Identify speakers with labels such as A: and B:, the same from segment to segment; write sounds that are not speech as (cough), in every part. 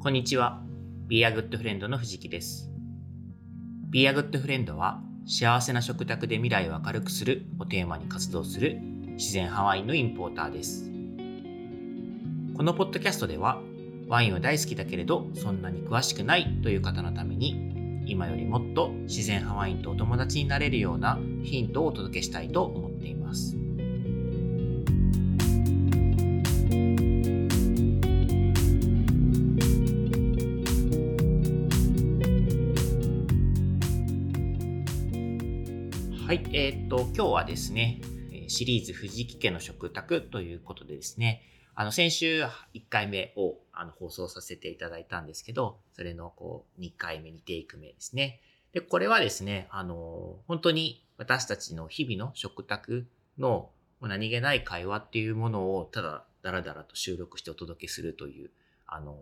A: こんにちは。Be a Good Friend の藤木です。Be a Good Friend は、幸せな食卓で未来を明るくするをテーマに活動する自然派ワインのインポーターです。このポッドキャストでは、ワインは大好きだけれど、そんなに詳しくないという方のために、今よりもっと自然派ワインとお友達になれるようなヒントをお届けしたいと思っています。はい、えーっと、今日はですね、えーシリーズ藤木家の食卓ということでですね、あの、先週1回目をあの放送させていただいたんですけど、それのこう、2回目、2テイク目ですね。で、これはですね、あの、本当に私たちの日々の食卓のもう何気ない会話っていうものをただダラダラと収録してお届けするという、あの、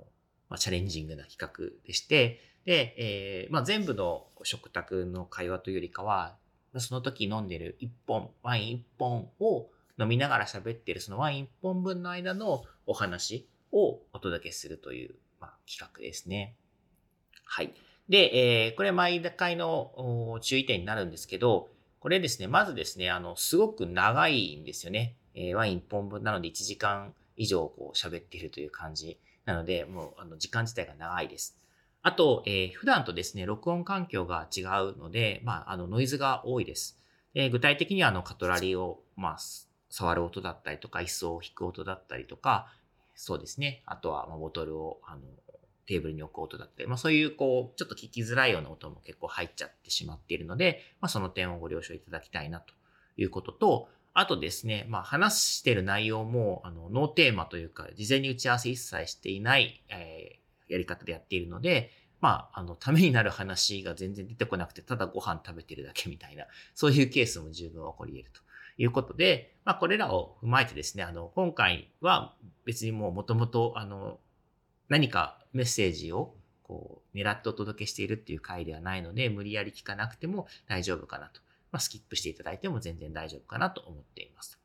A: まあ、チャレンジングな企画でして、で、えーまあ、全部の食卓の会話というよりかは、その時飲んでる一本、ワイン一本を飲みながら喋ってるそのワイン一本分の間のお話をお届けするという、まあ、企画ですね。はい。で、えーこれ毎回のお注意点になるんですけど、これですね、まずですね、あの、すごく長いんですよね。えーワイン一本分なので1時間以上こう喋っているという感じなので、もうあの時間自体が長いです。あと、えー普段とですね、録音環境が違うので、まあ、あの、ノイズが多いです。えー具体的には、あの、カトラリーを、まあ、す触る音だったりとか、椅子を引く音だったりとか、そうですね。あとは、まあ、ボトルを、あの、テーブルに置く音だったり、まあ、そういう、こう、ちょっと聞きづらいような音も結構入っちゃってしまっているので、まあ、その点をご了承いただきたいなということと、あとですね、まあ、話してる内容も、あの、ノーテーマというか、事前に打ち合わせ一切していない、えーやり方でやっているので、まあ、あの、ためになる話が全然出てこなくて、ただご飯食べてるだけみたいな、そういうケースも十分起こり得るということで、まあ、これらを踏まえてですね、あの、今回は別にもう元々、あの、何かメッセージをこう狙ってお届けしているっていう回ではないので、無理やり聞かなくても大丈夫かなと。まあ、スキップしていただいても全然大丈夫かなと思っています。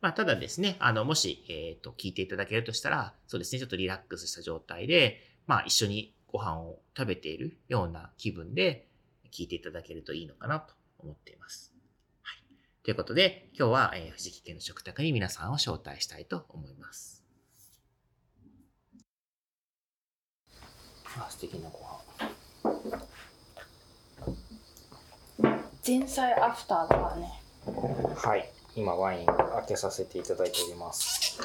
A: まあ、ただですね、あの、もし、えっ、と、聞いていただけるとしたら、そうですね、ちょっとリラックスした状態で、まあ、一緒にご飯を食べているような気分で聞いていただけるといいのかなと思っています。はい。ということで、今日は、えー藤木家の食卓に皆さんを招待したいと思います。あ、素敵なご飯。
B: 前菜アフターだからね
A: はい。今、ワイン開けさせていただいております。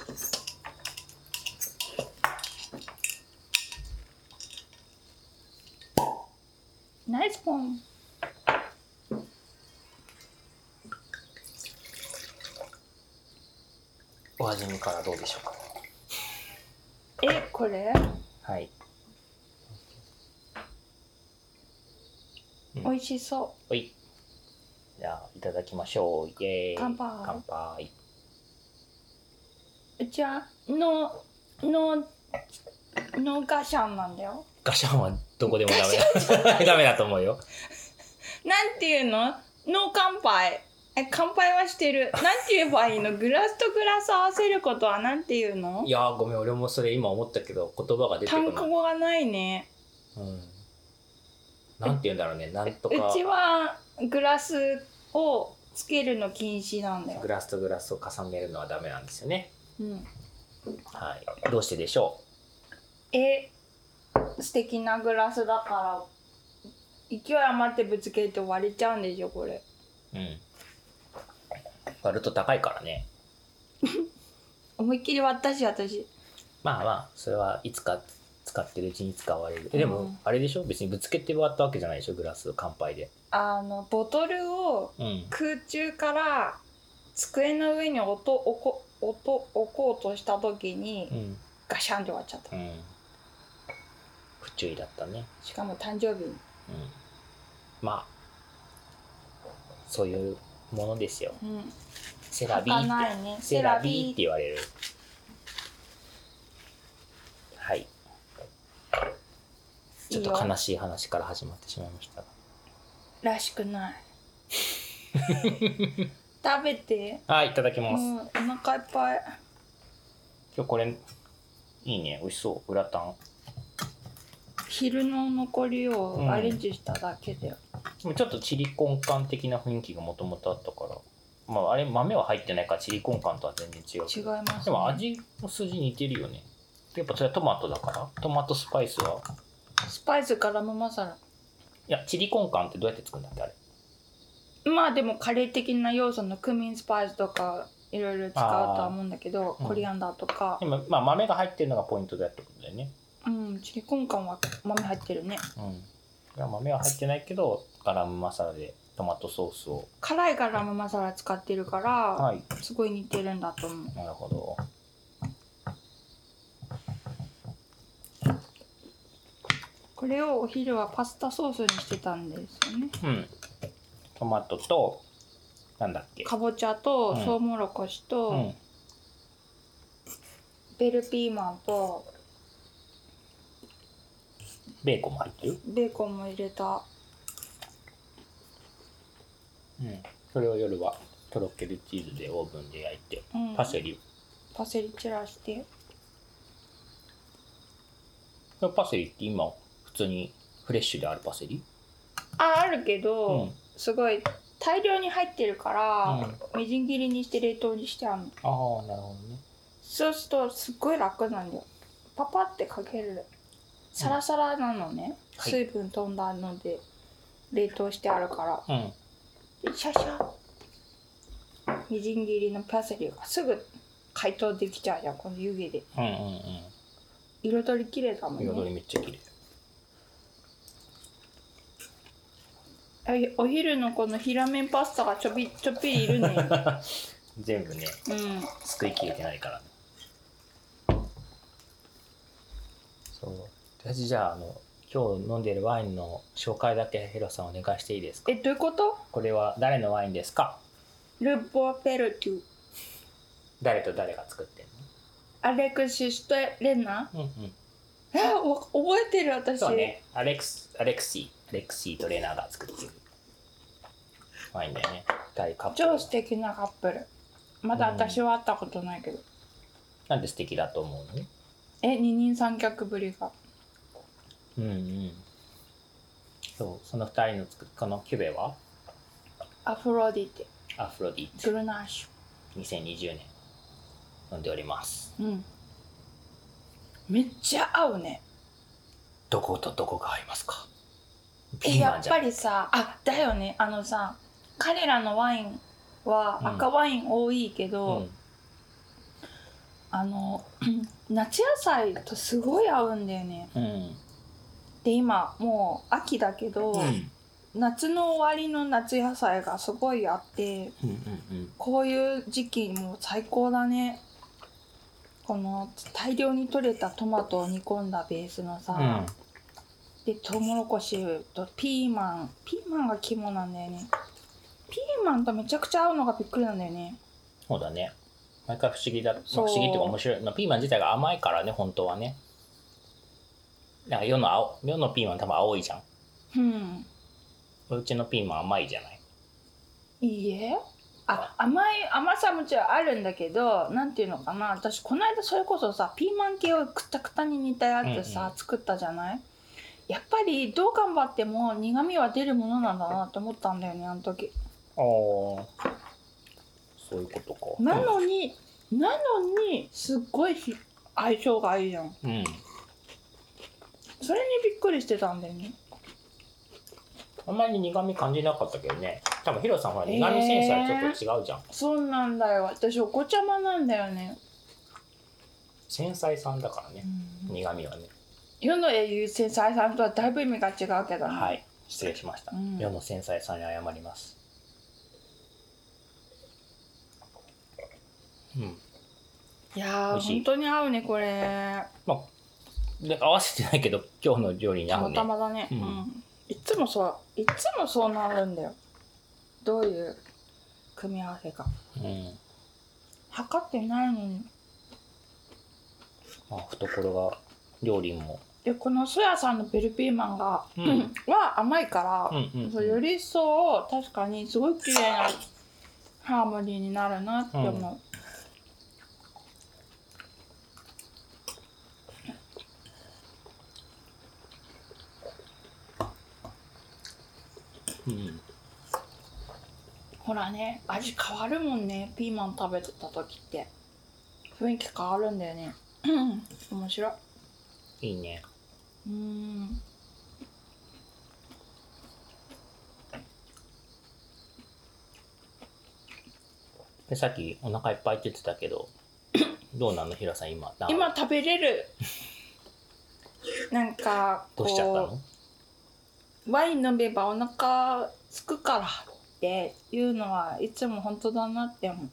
B: ナイスポン
A: お味見からどうでしょうか
B: えこれ
A: はい。
B: 美味しそ
A: ほい。じゃあ、いただきましょう。イェーイ。
B: 乾杯
A: 乾杯。
B: うじゃあのののガシャンなんだよ
A: ガシャンはどこでもダメ
B: (laughs)
A: だ。ダメだと思うよ。
B: なんていうのの乾杯え乾杯はしてるなんて言えばいいのグラスとグラス合わせることはなんていうの
A: いやーごめん、俺もそれ今思ったけど、言葉が出てこ
B: 単
A: ない。
B: 語がないね
A: うん。なんて言うんだろうね。なんと
B: う
A: か、
B: ちはグラスをつけるの禁止なんだよ
A: グ、ラスとグラスを重ねるのはダメなんですよね。
B: うん、
A: はい。どうしてでしょ
B: え素敵なグラスだから勢い余ってぶつけると割れちゃうんでしょこれ
A: ううん。割ると高いからね。
B: 思いっきり割ったし私
A: まあまあ、それはいつか使ってるうちに使われる。えでも、
B: うん
A: あれでしょ別にぶつけて割ったわけじゃないでしょグラスを乾杯で。
B: あのボトルを
A: うん。
B: 空中から机の上に落と置こ落と置こうとした時に
A: うん。
B: ガシャンって割っちゃった
A: うん。不注意だったね。
B: しかも誕生日に
A: うん。まあ、そういうものですよ。
B: うん
A: セラビー
B: 儚
A: って。
B: いね
A: セラビーって言われる。はい。ちょっと
B: いい
A: 悲
B: よ
A: しい話から始まってしまいましたが。
B: らしくない (laughs) 食べて
A: はい、いただき
B: う
A: ます。
B: んお腹いっぱい
A: 今日これ、いいね。美味しそう。グラタン。
B: 昼の残りをアレンジしただけで、
A: でもちょっとチリコン感的な雰囲気がもともとあったから、まあ、あれ豆は入ってないからチリコン感とは全然違うけ
B: 違い
A: ど
B: ます、ね、
A: でも味の筋似てるよねやっぱそれはトマトだからトマトスパイスは
B: スパイスからもマサラ
A: いやチリコン感ってどうやって作るんだっけあれ
B: まあでもカレー的な要素のクミンスパイスとかいろいろ使うとは思うんだけど
A: あーうん
B: コリアンダーとか
A: で、も、まあ、豆が入ってるのがポイントだってことだよね
B: うん、チリコンカンは豆入ってるね
A: うんいや豆は入ってないけどガラムマサラでトマトソースを
B: 辛いガラムマサラ使ってるから、
A: はい
B: すごい似てるんだと思う
A: なるほど
B: これをお昼はパスタソースにしてたんですよね
A: うんトマトとなんだっけ
B: かぼちゃと
A: うん
B: トウモロコシと、
A: うん
B: ベルピーマンと
A: ベーコンも入ってる
B: ベーコンも入れた
A: うんそれを夜はとろけるチーズでオーブンで焼いて
B: うん
A: パセリ
B: パセリ散らして
A: これパセリって今普通にフレッシュであるパセリ
B: ああるけ
A: う
B: ど、
A: ん
B: すごい大量に入ってるから、みじん切りにして冷凍にしてあるの
A: ああなるほどね
B: そうするとすっごい楽なんだよパパってかけるサラサラなのね、
A: はい
B: 水分飛んだので冷凍してあるから
A: うん
B: でシャシャみじん切りのパセリがすぐ解凍できちゃうじゃんこの湯気で
A: うんうん
B: 彩り綺麗だも
A: うん
B: ん
A: 彩
B: ね
A: りめっちゃ綺麗
B: あいお昼のこの平麺パスタがちょびちょっぴりいるね
A: (laughs) 全部ね
B: うん
A: すくいきれてないからねそうとりあえずじゃああの今日飲んでるワインの紹介だけヒロさんお願いしていいですか
B: えどういうこと
A: これは誰のワインですか
B: ルボペルテュ
A: 誰と誰が作ってる
B: アレクシスとレナ
A: のうんうん
B: えわ覚えてる私
A: そうねアレックスアレクシーアレクシートレーナーが作ってるワインだよね大カップル
B: 超素敵なカップルまだ私は会ったことないけど、
A: なんで素敵だと思うの
B: え二人三脚ぶりが
A: うんうんそうその二人の作っこのキュベは
B: アフロディテ
A: アフロディ
B: グルナーシ
A: 2020年飲んでおります
B: ュうんめっちゃ合うね
A: どことどこが合いますか
B: えやっぱ
A: り
B: りさあだよねあのさ彼らのワインは
A: うん
B: 赤ワイン多いけ
A: う
B: ど、
A: ん
B: あの (clears throat) 夏野菜とすごい合うんだよね
A: うん
B: で今もう秋だけど、
A: うん
B: 夏の終わりの夏野菜がすごいあって
A: うんうん
B: こういう時期もう最高だねこの大量に採れたトマトを煮込んだベースの
A: うん
B: さ、でトウモロコシとピーマンピーマンが肝なんだよねピーマンとめちゃくちゃ合うのがびっくりなんだよね
A: そうだね毎回不思議だまあ不
B: そう
A: 思議っていうか面白いまあピーマン自体が甘いからね本当はねなんか世の青世のピーマン多分青いじゃん
B: うん
A: うちのピーマン甘いじゃない
B: いいえあ甘い甘さもちろんあるんだけどなんていうのかな私この間それこそさピーマン系をくたくたに煮たやつさ、
A: うんう
B: 作ったじゃないやっぱりどう頑張っても苦味は出るものなんだなって思ったんだよねあの時
A: ああそういうことか
B: なのに、なのにすっごいひ相性がいいじゃ
A: う
B: ん
A: ん
B: それにびっくりしてたんだよね
A: あんまり苦味感じなかったけどね多分ヒロさんほら苦味センサーちょっと違うじゃん、
B: そうなんだよ私お子ちゃまなんだよね、
A: 繊細さんだからね苦味はね
B: 世の英雄繊細さんとはだいぶ意味が違うけどね、
A: はい失礼しました、
B: うん
A: 世の繊細さんに謝りますうん
B: いや
A: 美
B: ー
A: 味しい
B: 本当に合うねこれ
A: まあで合わせてないけど今日の料理に
B: た
A: 合う
B: ま
A: ね
B: たまだね、
A: う
B: うんんいつもそういつもそうなるんだよどういう組み合わせか
A: うん
B: 測ってないのに
A: まあ、懐が料理も
B: でこのソヤさんのベルピーマンが、
A: う
B: は甘いか
A: う
B: ら、
A: んうん
B: そうより一層確かにすごい綺麗なハーモニーになるなって思う、
A: うん
B: ほらね味変わるもんねピーマン食べてた時って雰囲気変わるんだよね (clears throat) うん面白い
A: いいね
B: うーん
A: でさっきお腹いっぱいって言ってたけ
B: (coughs)
A: どどうなのヒロさん今な
B: 今食べれるなんか
A: (laughs) どうしちゃった
B: こ
A: の
B: うワイン飲めばお腹すくからっていうのはいつも本当だなって思う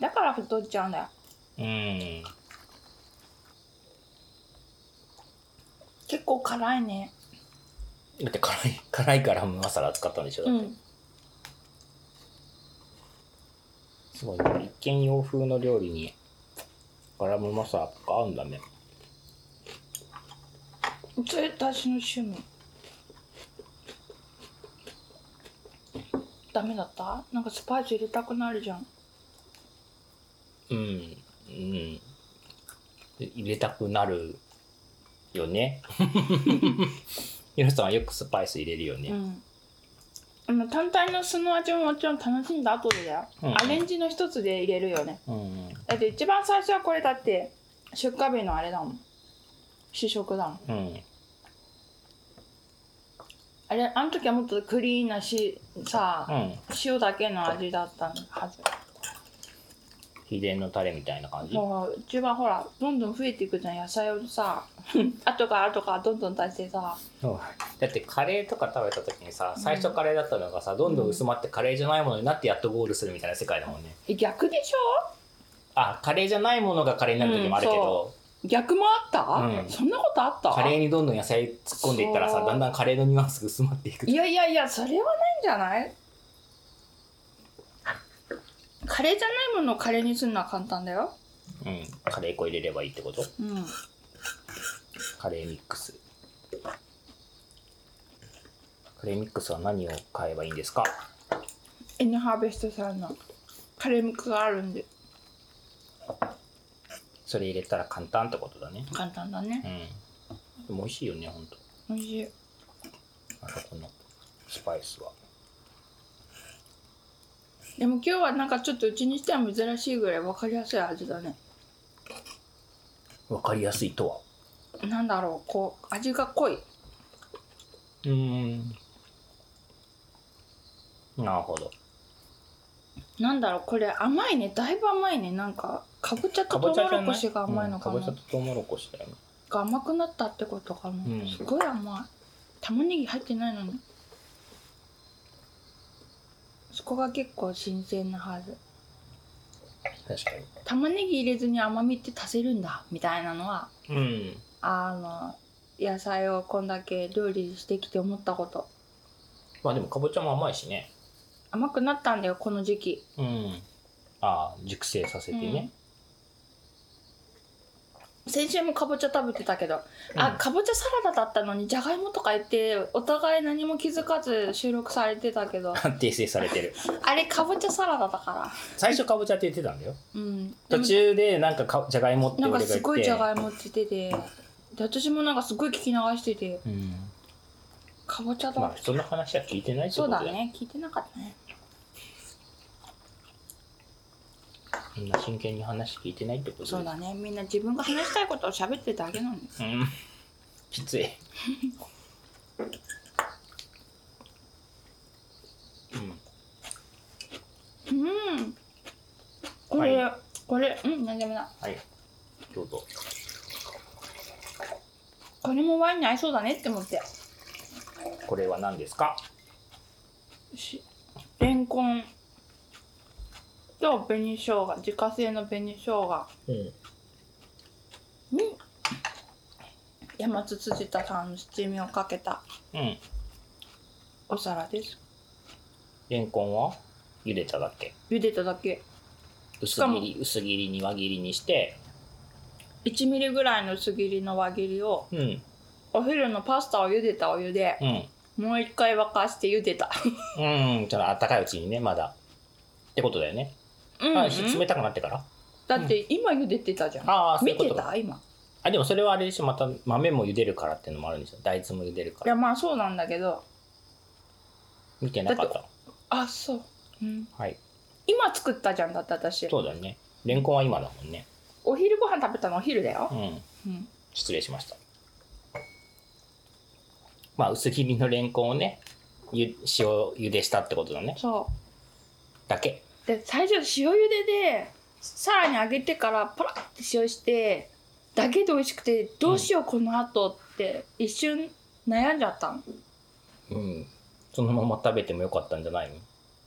B: だから太っちゃうんだよ
A: うん
B: 結構辛いね
A: だって辛い (laughs) 辛いからマサラ使ったんでしょ、だ
B: う
A: って
B: ん
A: すごいね一見洋風の料理にガラムマサラとか合うんだね
B: それ私の趣味ダメだったなんかスパイス入れたくなるじゃん
A: うんうん入れたくなるよねヒロさんはよくスパイス入れるよ
B: う
A: ね、
B: んでも単体の酢の味ももちろん楽しんだ後でだよ、
A: うん
B: アレンジの一つで入れるよね
A: うんうん
B: だって一番最初はこれだって出荷日のあれだもん主食だもん
A: うん
B: あれあの時はもっとクリーンなしさ、
A: うん
B: 塩だけの味だったはず
A: 秘伝のタレみたいな感じ
B: もううちはほらどんどん増えていくじゃん野菜をさ (laughs) 後から後からどんどん足してさ
A: そうだってカレーとか食べた時にさ最初カレーだったのがさどんどん薄まってカレーじゃないものになってやっとゴールするみたいな世界だもんね
B: 逆でし
A: あカレーじゃないものがカレーになる時もあるけど、
B: ょ逆もあった、
A: うん
B: そんなことあった
A: カレーにどんどん野菜突っ込んでいったらさ
B: そう
A: だんだんカレーのニュアンスが薄まっていく
B: いやいやいやそれはないんじゃないカレーじゃないものをカレーにするのは簡単だよ
A: うんカレー粉入れればいいってこと
B: うん
A: カレーミックスカレーミックスは何を買えばいいんですか
B: エヌハーベストさんのカレーミックがあるんで
A: それ入れたら簡単ってことだね
B: 簡単だね
A: うんでも美味しいよねほんと
B: 美味しい
A: あそこのスパイスは
B: でも今日はなんかちょっとうちにしては珍しいぐらい分かりやすい味だね
A: わかりやすいとは
B: なんだろうこう味が濃い
A: うんなるほど
B: なんだろうこれ甘いねだいぶ甘いねなんかかぼちゃとトウモロコシが甘いのかな,、
A: うんかぼちゃとトウモロコシだよね
B: が甘くなったってことかな、
A: うん
B: すごい甘い玉ねぎ入ってないのにそこが結構新鮮なはず
A: 確か
B: 玉ねぎ入れずに甘みって足せるんだみたいなのは
A: にうん
B: あの野菜をこんだけ料理してきて思ったこと
A: まあでもかぼちゃも甘いしね
B: 甘くなったんだよこの時期
A: うんああ熟成させてね、
B: 先週もかぼちゃ食べてたけど、
A: う
B: あ
A: (laughs) ん
B: かぼちゃサラダだったのにじゃがいもとか言ってお互い何も気づかず収録されてた
A: (laughs)
B: けど
A: 訂正されてる
B: あれかぼちゃサラダだか
A: 最初かぼちゃって言ってたんだよ
B: らうんで
A: 途
B: も
A: 中でなんかかじゃがいもって
B: な
A: 俺
B: ん
A: が言
B: か
A: って
B: すごいじゃがいもって言っててで私もなんかすごい聞き流してて
A: うん
B: かぼちゃだ、
A: まあ人の話は聞いてないって
B: そ
A: こ
B: う
A: と
B: だ
A: で
B: ね聞いてなかったね
A: みんな真剣に話聞いてないってことです
B: そうだねみんな自分が話したいことを喋ってるだけなのに
A: うんきつい
B: (laughs)
A: うん
B: うんこれ、
A: は
B: これうん何でもない
A: はいどうぞ
B: これもワインに合いそうだねって思って
A: これは何ですか
B: しレンコンと紅生姜自家製の紅生姜
A: うん
B: に山津辻田さんの七味をかけた
A: うん
B: お皿です
A: レンコンは茹でただけ
B: 茹でただけ
A: 薄
B: かも
A: 切り薄切りに輪切りにして
B: 1ミリぐらいの薄切りの輪切りを
A: うん
B: お昼のパスタを茹でたお湯で
A: うん
B: もう一回沸かして茹でた
A: うんそのあったかいうちにねまだってことだよね、
B: うん、
A: あ冷たくなってから
B: だって今茹でてたじゃん
A: ああそういう
B: 見
A: こ
B: て
A: とか
B: た今
A: あでもそれはあれでしょまた豆も茹でるからっていうのもあるんですよ大豆も茹でるか
B: い
A: ら
B: やまあそうなんだけど
A: 見てなかった。
B: あそう、うん、
A: はい。
B: 今作ったじゃんだって私
A: そうだね。レンコンは今だもんね。
B: お昼ご飯食べたのお昼だ
A: う
B: よ、
A: ん。
B: うん、
A: 失礼しました。まあ、薄切りのレンコンをね、ゆ塩茹でしたってことだね。
B: そう
A: だけ。
B: で最初塩茹ででさらに揚げてからパラッて塩してだけで美味しくてどうしようこの後って一瞬悩んじゃったの、
A: うん。そのまま食べてもよかったんじゃないの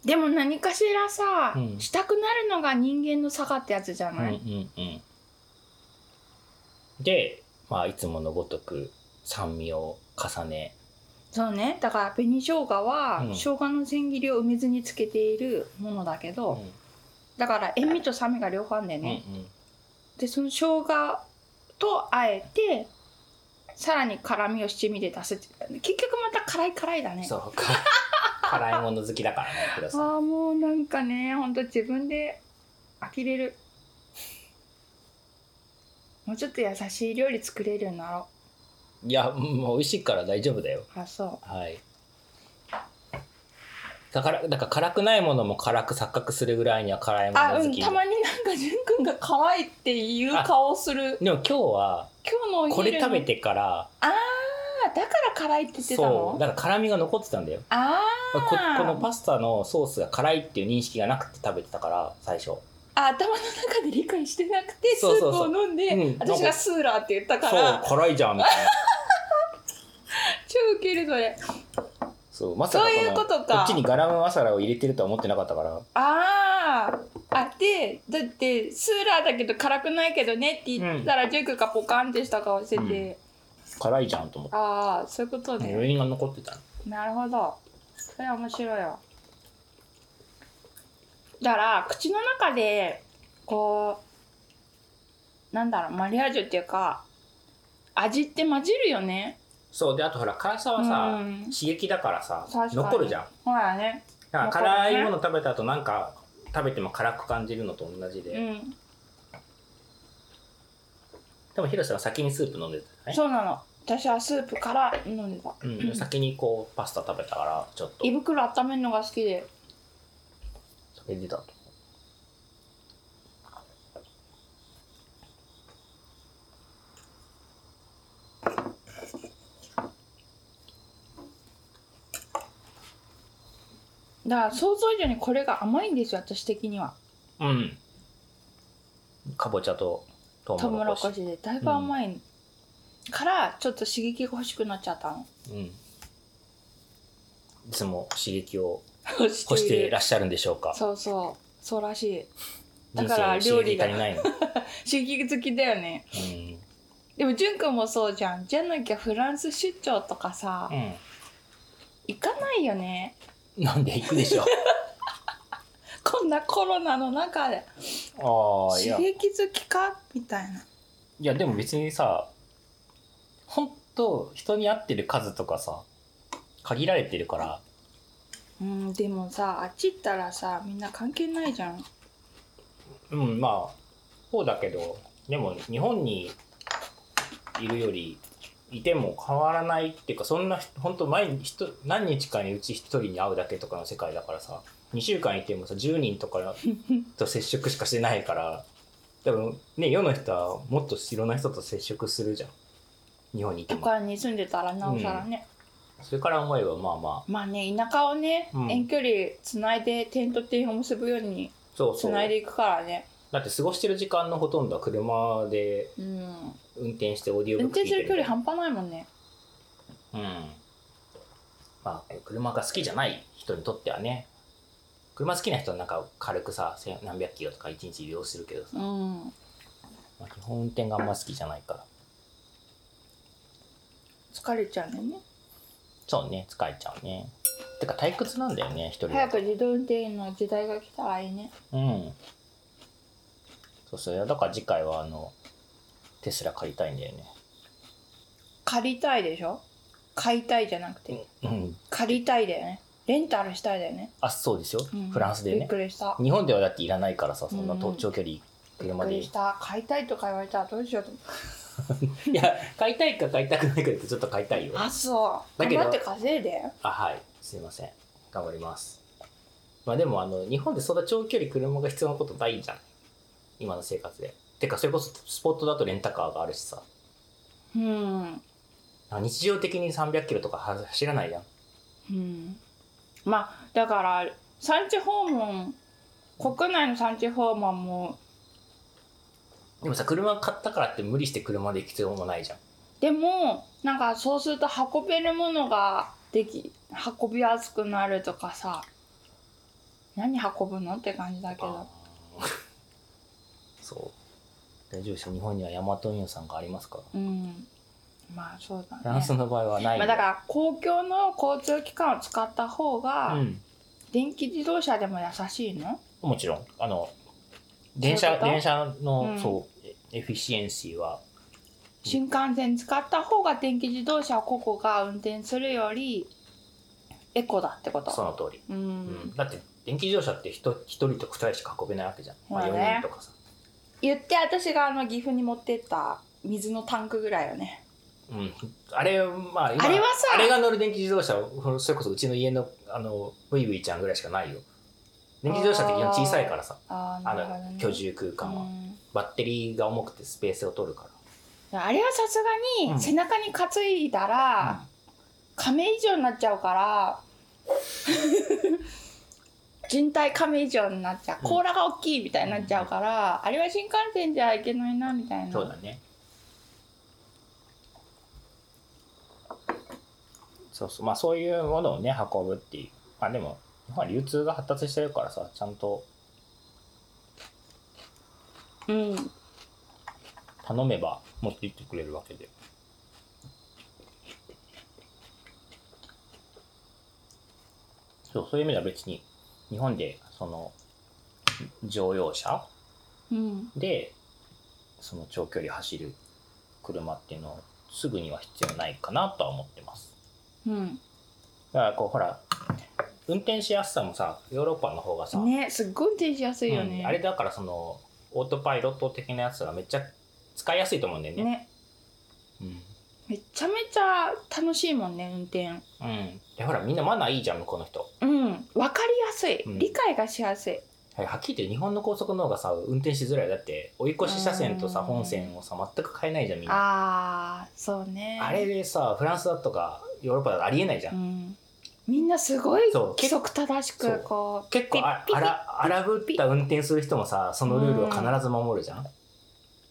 B: でも何かしらさ、
A: うん
B: したくなるのが人間の差がってやつじゃ
A: うん
B: な
A: う
B: い、
A: んうん。で、まあ、いつものごとく酸味を重ね、
B: そうねだから紅生姜は、
A: うん
B: 生姜の千切りを梅酢につけているものだけ
A: う
B: ど、
A: んうん
B: だから塩味と酸味が両方あるんだよ
A: う
B: ね、
A: ん
B: でその生姜とあえてさらに辛みを七味で出すって結局また辛い辛いだね
A: そうか (laughs) 辛いもの好きだからね黒さん
B: ああもうなんかねほんと自分で呆れるもうちょっと優しい料理作れるようになろ
A: いやもう美味しいから大丈夫だよ
B: うあそ
A: はいだからだから辛くないものも辛く錯覚するぐらいには辛いうもの
B: あう
A: 好
B: ん
A: き、
B: たまになんか淳くんが可愛いっていう顔する
A: でも今日は
B: 今日のお昼の
A: これ食べてから
B: あだから辛いって言ってた
A: そ
B: の
A: うだから辛みが残ってたんだよ
B: あ
A: ここのパスタのソースが辛いっていう認識がなくて食べてたから最初
B: あ頭の中で理解してなくてス
A: そう
B: ープ
A: そうそう
B: を飲んで
A: うん
B: 私がスーラーって言ったか
A: そう
B: ら
A: 辛いじゃんみたい
B: (laughs)
A: な
B: 超ウケるそれ
A: そうまさかの
B: そういうこと
A: こ
B: か
A: っちにガラムマサラを入れてるとは思ってなかったから
B: あーあでだってスーラーだけど辛くないけどねって言ったら、ジュークがポカンってした顔してて、
A: 辛いじゃんと思って
B: ああそういうことね、
A: 余韻が残ってた
B: なるほどそれ面白いわだから口の中でこうなんだろうマリアージュっていうか味って混じるよね
A: そうであとほら辛さはさ、
B: うん
A: 刺激だからさ
B: 確かに
A: 残るじゃん
B: ほらね
A: だから
B: 残るね
A: 辛いもの食べた後なんか食べても辛く感じるのと同じで、
B: うん
A: でもヒロシは先にスープ飲んでたね
B: そうなの私はスープから飲んでた、
A: うん先にこうパスタ食べたからちょっと
B: 胃袋温めるのが好きで
A: それでだと
B: だから想像以上にこれが甘いんですよ私的には
A: うんかぼちゃとト
B: ト
A: ウ
B: ウ
A: モ
B: モ
A: ロ
B: ロ
A: コ
B: コ
A: シ
B: シでだいぶ甘いからちょっと刺激が欲しくなっちゃったの
A: うんいつも刺激を
B: 欲し
A: 欲していらっしゃるんでしょうか
B: そうそうそうらしいだ
A: 人
B: から
A: 生
B: 料
A: 刺激
B: 理が
A: 足りないの、
B: 刺激好きだよねでも淳くんもそうじゃんじゃなきゃフランス出張とかさ (laughs)
A: うん、うん
B: 行かないよね
A: なんで行くで
B: (laughs)
A: しょ
B: こんなコロナの中で
A: うああい
B: 刺
A: や
B: 激好きかみたいない
A: やでも別にさ本当人に合ってる数とかさ限られてるから
B: うんでもさあっち行ったらさみんな関係ないじゃん
A: うんまあそうだけどでも日本にいるよりいても変わらないっていうかそんな本当毎日人何日かにうち一人に会うだけとかの世界だからさ2週間いてもさ10人とかと接触しかしてないから (laughs) 多分ね世の人はもっといろんな人と接触するじゃん日本にいて
B: 都
A: も
B: 会に住んでたらなおさらね、
A: それから思えばまあまあ
B: まあね田舎をね、
A: うん
B: 遠距離つないで点と点を結ぶように
A: そう
B: つ
A: そう
B: ないでいくからね
A: だって過ごしてる時間のほとんどは車で
B: うん
A: 運転してオーディオブ
B: 運
A: ック聞い
B: 転
A: て
B: する
A: る
B: 距離
A: みたい
B: 半端ないもんね
A: なうんまあ車が好きじゃない人にとってはね車好きな人はなんか軽くさ千何百キロとか一日利用するけどさ、
B: うん
A: まあ基本運転があんま好きじゃないから
B: 疲れちゃうんだよね
A: そうね疲れちゃうねてか退屈なんだよね一人だ
B: 早
A: と
B: く自動運転の時代が来たらいいね
A: うんそうそういやだから次回はあのテスラ借りたいんだよね
B: 借りたいでしょ買いたいじゃなくて、
A: うん
B: 借りたいだよねレンタルしたいだよね、
A: あそうですよ、
B: うん
A: フランスで
B: びっ
A: ね
B: くりした
A: 日本ではだっていらないからさそんなと
B: うん
A: 長距離
B: びっ
A: 車
B: く
A: で
B: りした買いたいとか言われたらどうしようと思って
A: いや買いたいか買いたくないかってちょっと買いたいよ
B: あそう
A: だけ
B: 頑
A: ど
B: 張って稼いで
A: あはいすいません頑張ります。まあでもあの、日本でそんな長距離車が必要なことないじゃん。今の生活で。てか、それこそスポットだとレンタカーがあるしさ。
B: うん
A: なんか日常的に300キロとかは走らないじゃん。
B: うんまあだから産地訪問国内の産地訪問も
A: でもさ、車買ったからって無理して車で行く必要もないじゃん。
B: でもなんかそうすると運べるものができ運びやすくなるとかさ何運ぶのって感じだけど
A: あーそう。大丈夫ですよ。日本にはヤマト運輸さんがありますから。
B: うんまあそうだね
A: フランスの場合はないん
B: ま
A: で。
B: あ、だから公共の交通機関を使った方
A: う
B: が
A: ん。
B: 電気自動車でも優しいの、
A: もちろん。あの、電車、
B: そういうこと
A: 電車の、
B: うん
A: そう、エエフィシエンシーは、
B: 新幹線使った方が電気自動車を個々が運転するよりエコだってこと
A: その通り。う
B: う、
A: んん。だって、電気自動車って人一人と二人しか運べないわけじゃん。まあ、
B: そうだね
A: 4人とかさ。
B: 言って私があの岐阜に持ってった水のタンクぐらいよね
A: うん。あれ、まあ、今
B: あれはさ
A: あれが乗る電気自動車、ほんそれこそうちの家の、あの、ブイブイちゃんぐらいしかないよ。電気自動車って基本小さいからさ、
B: あー
A: あ
B: なるほどね
A: の、居住空間は。
B: うん
A: バッテリーが重くてスペースを取るから。
B: あれはさすが
A: う
B: に
A: ん
B: 背中に担いだら、亀以上になっちゃうから (laughs) 人体亀以上になっちゃう
A: うん
B: 甲羅が大きいみたいになっちゃうから、あれは新幹線じゃいけないなみたいな
A: そうだね。そうそう。まあそういうものをね、運ぶっていう。まあでも、日本は流通が発達してるからさ、ちゃんと
B: うん
A: 頼めば持って行ってくれるわけで。そう、そういう意味では別に、日本で、その、乗用車
B: うん
A: で、その長距離走る車っていうのをすぐには必要ないかなとは思ってます。
B: うん
A: だからこうほら運転しやすさもさヨーロッパの方がさ、
B: ねすっごい運転しやすいよ
A: うんあれ
B: ね、
A: だからそのオートパイロット的なやつがめっちゃ使いやすいと思うんだよね。
B: ね
A: うん
B: めちゃめちゃ楽しいもんね運転
A: うん、でほらみんなマナーいいじゃん向こうの人、
B: うん分かりやすい、
A: うん
B: 理解がしやすい
A: はい、はっきり言って日本の高速の方がさ運転しづらいだって追い越し車線とさ
B: うん
A: 本線をさ全く変えないじゃんみんなあ
B: あーそうね
A: れでさフランスだとかヨーロッパだとありえないじゃん、
B: うん、みんなすごい
A: そう
B: 規則正し
A: そ
B: く
A: う
B: こう
A: 結構あ
B: ピッピッ
A: ら荒ぶった運転する人もさそのルールを必ず守るじゃん、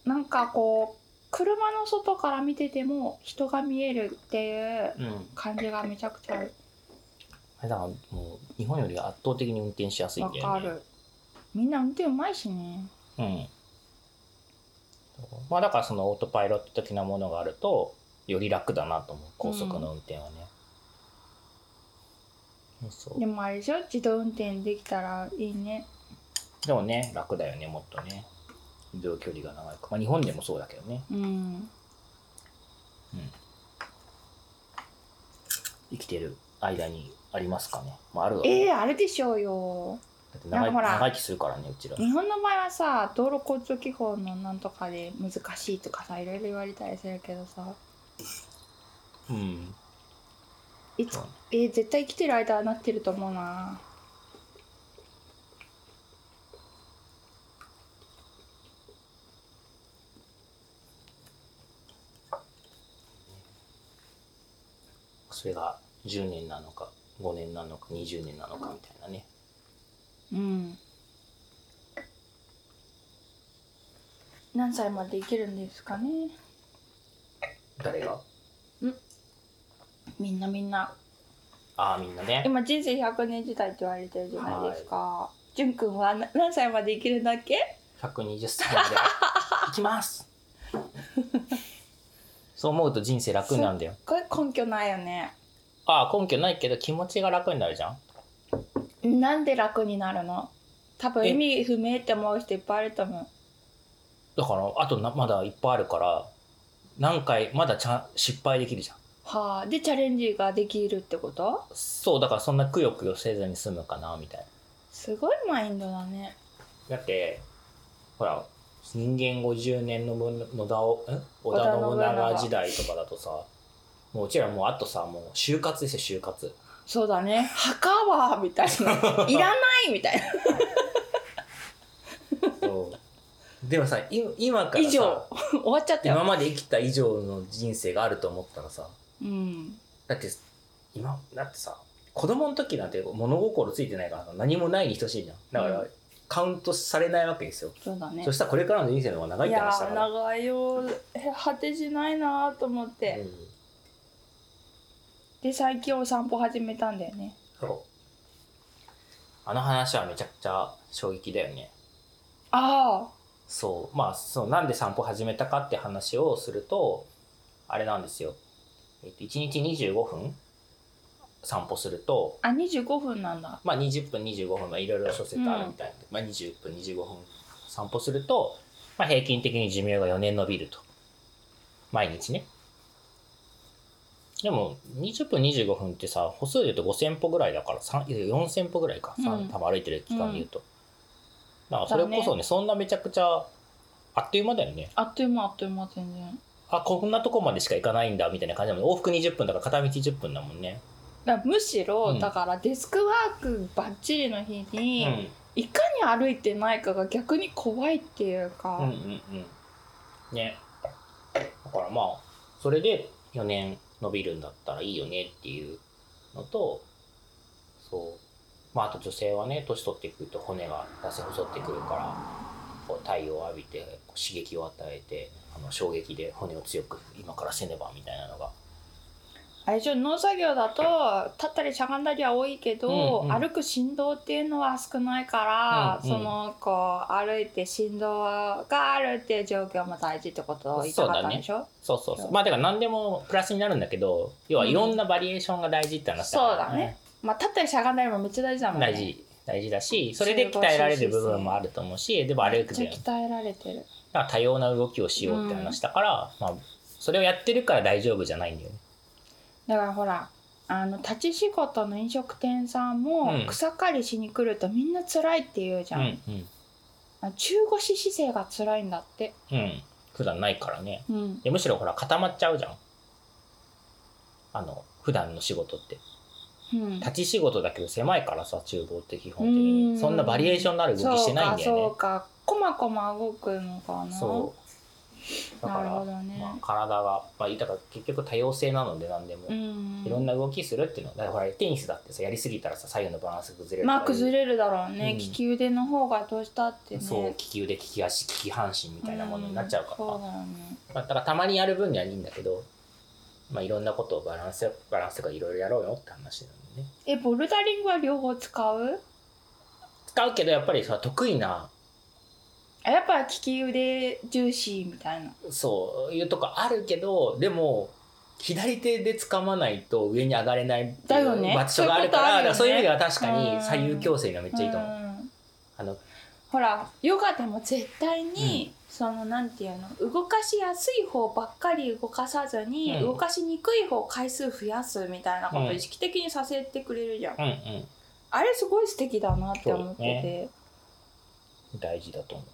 B: なんかこう車の外から見てても人が見えるっていう
A: うん、
B: 感じがめちゃくちゃある
A: あれだからもう日本より圧倒的に運転しやすいん
B: わ
A: だよね
B: かるみんな運転うまいしね
A: うん、まあだからそのオートパイロット的なものがあるとより楽だなと思う高速の運転はね、そう
B: でもあれでしょ自動運転できたらいいね
A: でもね楽だよねもっとね移動距離が長いか、まあ、日本でもそうだけどね
B: うん
A: 生きてる間にありますかね、まあ、あるわ
B: えー、あれでしょうよ
A: だって長
B: ないんかほら
A: 長生きするからねうちら、
B: 日本の場合はさ道路交通機法のなんとかで難しいとかさいろいろ言われたりするけどさ
A: うん
B: いつえー、絶対生きてる間はなってると思うな
A: それが10年なのか5年なのか20年なのかみたいなね
B: うん何歳まで生きるんですかね
A: 誰が
B: みんなみんな
A: ああみんなね
B: 今人生100年時代って言われてるじゃないですかじゅんくんはな何歳まで生きるんだっけ
A: 120歳まで (laughs) 行きます (laughs) そう思うと人生楽になるんだよ
B: これ根拠ないよね
A: ああ根拠ないけど気持ちが楽になるじゃん
B: なんで楽になるの多分
A: え
B: 意味不明って思う人いっぱいいると思う
A: だからあとなまだいっぱいあるから何回まだちゃん失敗できるじゃん
B: はあでチャレンジができるってこと
A: そうだからそんなくよくよせずに済むかなみたい
B: すごいマインドだね
A: なだってほら人間50年の分野田をん織田信
B: 織田信長
A: (laughs) 長時代とかだとさもううちらもうあとさもう就活ですよ就活
B: そうだね墓はみたい
A: (laughs)
B: ないらないみたいな (laughs)
A: そうでもさい今から
B: 以上
A: さ
B: 終わっちゃった
A: 今
B: よ、
A: まで生きた以上の人生があると思ったらさ
B: うん、
A: だって今だってさ子供の時なんて物心ついてないからさ何もないに等しいじゃんだから、
B: うん
A: カウントされないわけですよ、
B: そうだね
A: そしたらこれからの人生の方が長い
B: い
A: って
B: や
A: 話だ
B: ー
A: から
B: 長いよへ果てしないなーと思って、
A: うん
B: で最近お散歩始めたんだよね
A: そうあの話はめちゃくちゃ衝撃だよね
B: あ
A: そうまあそのなんで散歩始めたかって話をするとあれなんですよ、えっと、1日25分散歩すると
B: ああ25分なんだ
A: まあ、20分25分、まあ、いろいろ諸説あるみたいな、まあ、20分25分散歩すると、まあ、平均的に寿命が4年伸びると毎日ねでも20分25分ってさ歩数で言うと5000歩ぐらいだからさんいや4000歩ぐらいか、さん
B: うん
A: 多分歩いてる期間で言うと、だからそれこそ
B: だ
A: ねそんなめちゃくちゃあっという間だよね
B: あっという間あっという間全然
A: あこんなとこまでしか行かないんだみたいな感じだもん往復20分だから片道10分だもんね
B: だからむしろ、
A: うん
B: だからデスクワークばっちりの日
A: う
B: に、いかに歩いてないかが逆に怖いっていうか、
A: うんうんうんねだからまあそれで4年伸びるんだったらいいよねっていうのとそうまああと女性はね年取ってくると骨が痩せ細ってくるからこう太陽を浴びてこう刺激を与えてあの衝撃で骨を強く今からせねばみたいなのが
B: あれでしょ農作業だと立ったりしゃがんだりは多いけど、
A: うんうん
B: 歩く振動っていうのは少ないから、
A: うんうん
B: そのこう歩いて振動があるっていう状況も大事ってことを言いたかったんでしょ
A: そうそうそうまあだから何でもプラスになるんだけど要はいろんなバリエーションが大事って話から
B: そうだねまあ立ったりしゃがんだりもめっちゃ大事だもんね
A: 大事大事だしそれで鍛えられる部分もあると思うしでも歩く
B: め
A: じ
B: っ
A: ゃん
B: ちゃ鍛えられてる
A: だから多様な動きをしようって話だから、まあ、それをやってるから大丈夫じゃないんだよね。
B: だからほらあの立ち仕事の飲食店さん
A: うん
B: も草刈りしに来るとみんな辛いって言うじゃん、
A: うんうん
B: あ中腰姿勢が辛いんだって、
A: うん普段ないからね
B: うん、
A: でむしろほら固まっちゃうじゃんあの普段の仕事って
B: うん、
A: 立ち仕事だけど狭いからさ厨房って基本的に
B: うん
A: そんなバリエーションのある動きしてないんだ
B: そ
A: よ
B: うかそうかこまこま動くのか
A: ね
B: な
A: そうだか
B: なる
A: ら、
B: ほどね、
A: まあ、体が、まあ、だから結局多様性なので何でも、
B: うん
A: いろんな動きするっていうのはだからほらテニスだってさやりすぎたらさ左右のバランス崩れる
B: まあ
A: とかいう
B: 崩れるだろうね、
A: うん
B: 利き腕の方がどうしたってね
A: そう利き腕利き足利き半身みたいなものになっちゃうから、
B: んそうだよね
A: まあ、だからたまにやる分にはいいんだけど、まあ、いろんなことをバランスよバランスとかいろいろやろうよって話なのね
B: えボルダリングは両方使う
A: 使うけどやっぱりさ得意な
B: あやっぱ利き腕重視みたいな
A: そういうとこあるけどでも左手で掴まないと上に上がれないっていう
B: だよね
A: 場所があるからだからそ
B: そうう
A: い
B: いうう
A: 意
B: こ
A: 味では
B: とあるよね
A: 確かに左右強制がめっちゃいいと思う、
B: うん
A: あの
B: ほらヨガでも絶対に、そのなんていうの動かしやすい方ばっかり動かさずに、
A: うん
B: 動かしにくい方回数増やすみたいなこと
A: う
B: を
A: ん
B: 意識的にさせてくれるじゃん、
A: うんうん
B: あれすごい素敵だなって思ってて、
A: そうね大事だと思う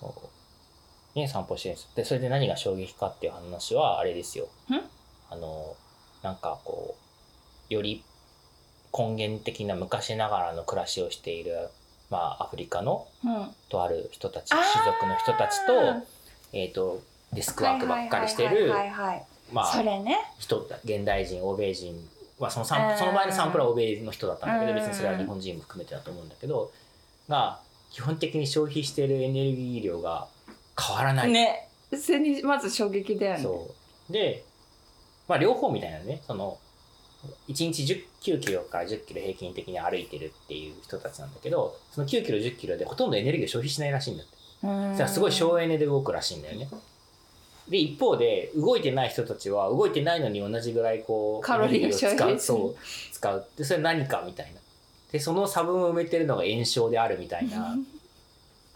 A: そうね散歩してるんですでそれで何が衝撃かっていう話はあれですよあのなんかこうより根源的な昔ながらの暮らしをしているまあアフリカの
B: うん、あ
A: とある人たち
B: あー
A: 種族の人たちとえっ、とデスクワークばっかりしてる
B: はいはいはいはいはい
A: ま
B: そ
A: あ
B: れね
A: 人現代人欧米人まあそのサン
B: うん
A: その場合のサンプルは欧米の人だったんだけど
B: うん
A: 別にそれは日本人も含めてだと思うんだけどが基本的に消費しているエネルギー量が変わらない、
B: ねそれにまず衝撃だよね
A: そうで、まあ、両方みたいなねその1日10 9キロから10キロ平均的に歩いてるっていう人たちなんだけどその9キロ10キロでほとんどエネルギーを消費しないらしいんだって
B: うん
A: だからすごい省エネで動くらしいんだよねで一方で動いてない人たちは動いてないのに同じぐらいこう
B: カロリーを消
A: エネルギーを
B: 費
A: 使うそう使うでそれ何かみたいなでその差分を埋めてるのが炎症であるみたいな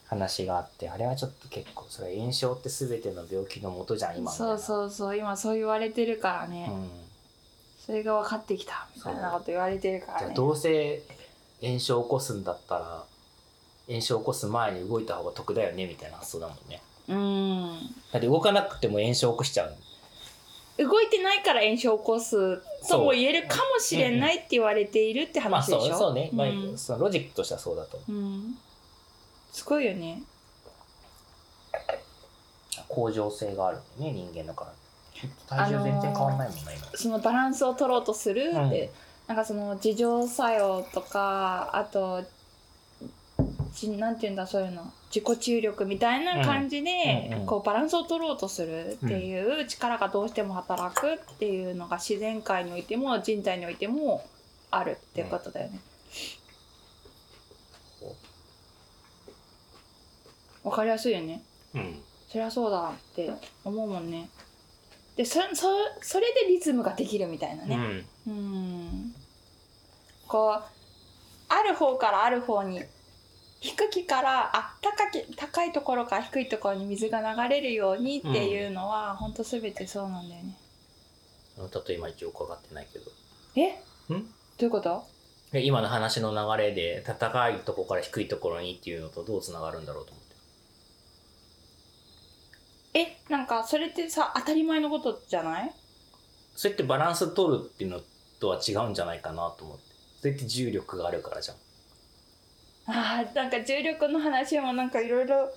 A: 話があってあれはちょっと結構それ炎症って全ての病気の元じゃん今みたい
B: そ
A: な
B: うそうそう今そう言われてるからね、
A: うん
B: それが分かってきたみたいなこと言われてるから
A: じゃあ
B: ね
A: どうせ炎症起こすんだったら炎症起こす前に動いた方が得だよねみたいな発想だもんね
B: うん
A: だって動かなくても炎症起こしちゃう
B: 動いてないから炎症を起こすとも言えるかもしれないって言われているって
A: まあ
B: 話
A: そ
B: で
A: う
B: しょ、
A: そうね、まあ
B: うん
A: そのロジックとしてはそうだと思
B: うん、すごいよね
A: う恒常性があるんだよね人間だから体重全然変わんないもんね、
B: そのバランスを取ろうとする
A: うん
B: って、なんかその自浄作用とかあとじなんて言うんだそういうの自己注力みたいな感じで、
A: うんうんうん
B: こうバランスを取ろうとするっていう力がどうしても働くっていうのが自然界においても人体においてもあるっていうことだよね。わかりやすいよね。
A: 今うん
B: そりゃそうだって思うもんね。でそそそれでリズムができるみたいなね。
A: うん
B: うんこうある方からある方に低きからあ高き高いところから低いところに水が流れるようにっていうのは、ほんと全てそうなんだよね。
A: あの、ちょっと今一応伺ってないけど
B: え
A: ん
B: どういうこと
A: で今の話の流れで高いとこから低いところにっていうのとどうつながるんだろうと思って
B: えなんかそれってさ当たり前のことじゃない
A: それってバランス取るっていうのとは違うんじゃないかなと思ってそれって重力があるからじゃん
B: あーなんか重力の話もなんかいろいろ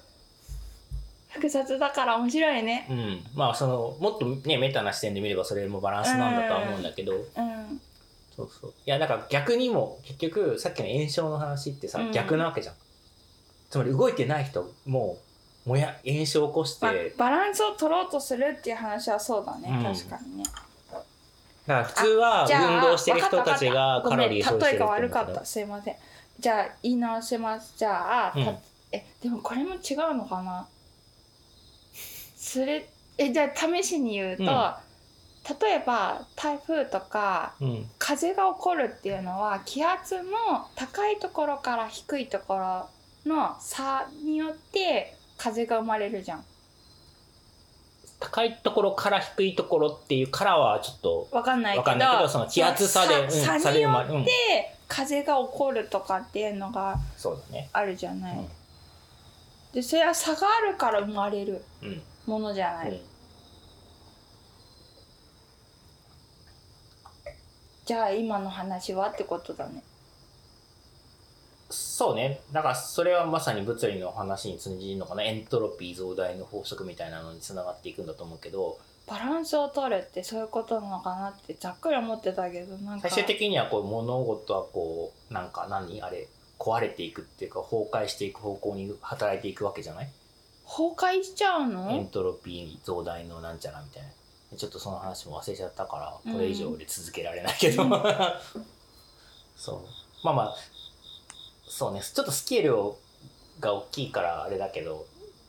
B: 複雑だから面白いね。
A: うん、まあそのもっとねメタな視点で見ればそれもバランスなんだとは思うんだけど、
B: うん
A: そうそういやなんか逆にも結局さっきの炎症の話ってさ、
B: うん
A: 逆なわけじゃんつまり動いてない人ももや炎症を起こして
B: まあ
A: だ
B: バランスを取ろうとするっていう話はそうだね、
A: うん
B: 確かにね。
A: から普通は
B: じゃあ
A: 運動してる人たちがカ
B: わかったわかった
A: ロリー消
B: ご
A: 費
B: めん
A: して
B: 例え
A: る
B: が
A: って言うん
B: 悪かっ
A: だ
B: たすいませんじゃあ言い直せますじゃあ、た
A: うん
B: えでもこれも違うのかなそれえじゃあ試しに言うと、
A: うん
B: 例えば台風とか
A: けどうん
B: 風が起こるっていうのは気圧の高いところから低いところの差によって風が生まれるじゃん
A: 高いところから低いところっていうからはちょっと
B: わかんないけ
A: わ
B: ど
A: かんないけどその気圧差で、うん、
B: さ差
A: 差
B: に
A: で
B: よ
A: まれうん
B: っ、て風が起こるとかっていうのが
A: そうだね
B: あるじゃない、
A: うん
B: でそれは差があるから生まれる
A: うん、うん
B: ものじゃない、じゃあ今の話はってことだね
A: そうねだからそれはまさに物理の話に通じるのかなエントロピー増大の法則みたいなのにつながっていくんだと思うけど、
B: バランスを取るってそういうことなのかなってざっくり思ってたけどなんか
A: 最終的にはこう物事はこうなんか何あれ壊れていくっていうか崩壊していく方向に働いていくわけじゃない
B: 崩壊しちゃう
A: エン
B: の
A: トロピー増大のなんちゃらみたいなちょっとその話も忘れちゃったからこれ以上で続けられないけど、
B: うん
A: (laughs) そうまあまあそうねちょっとスケールが大きいからあれだけども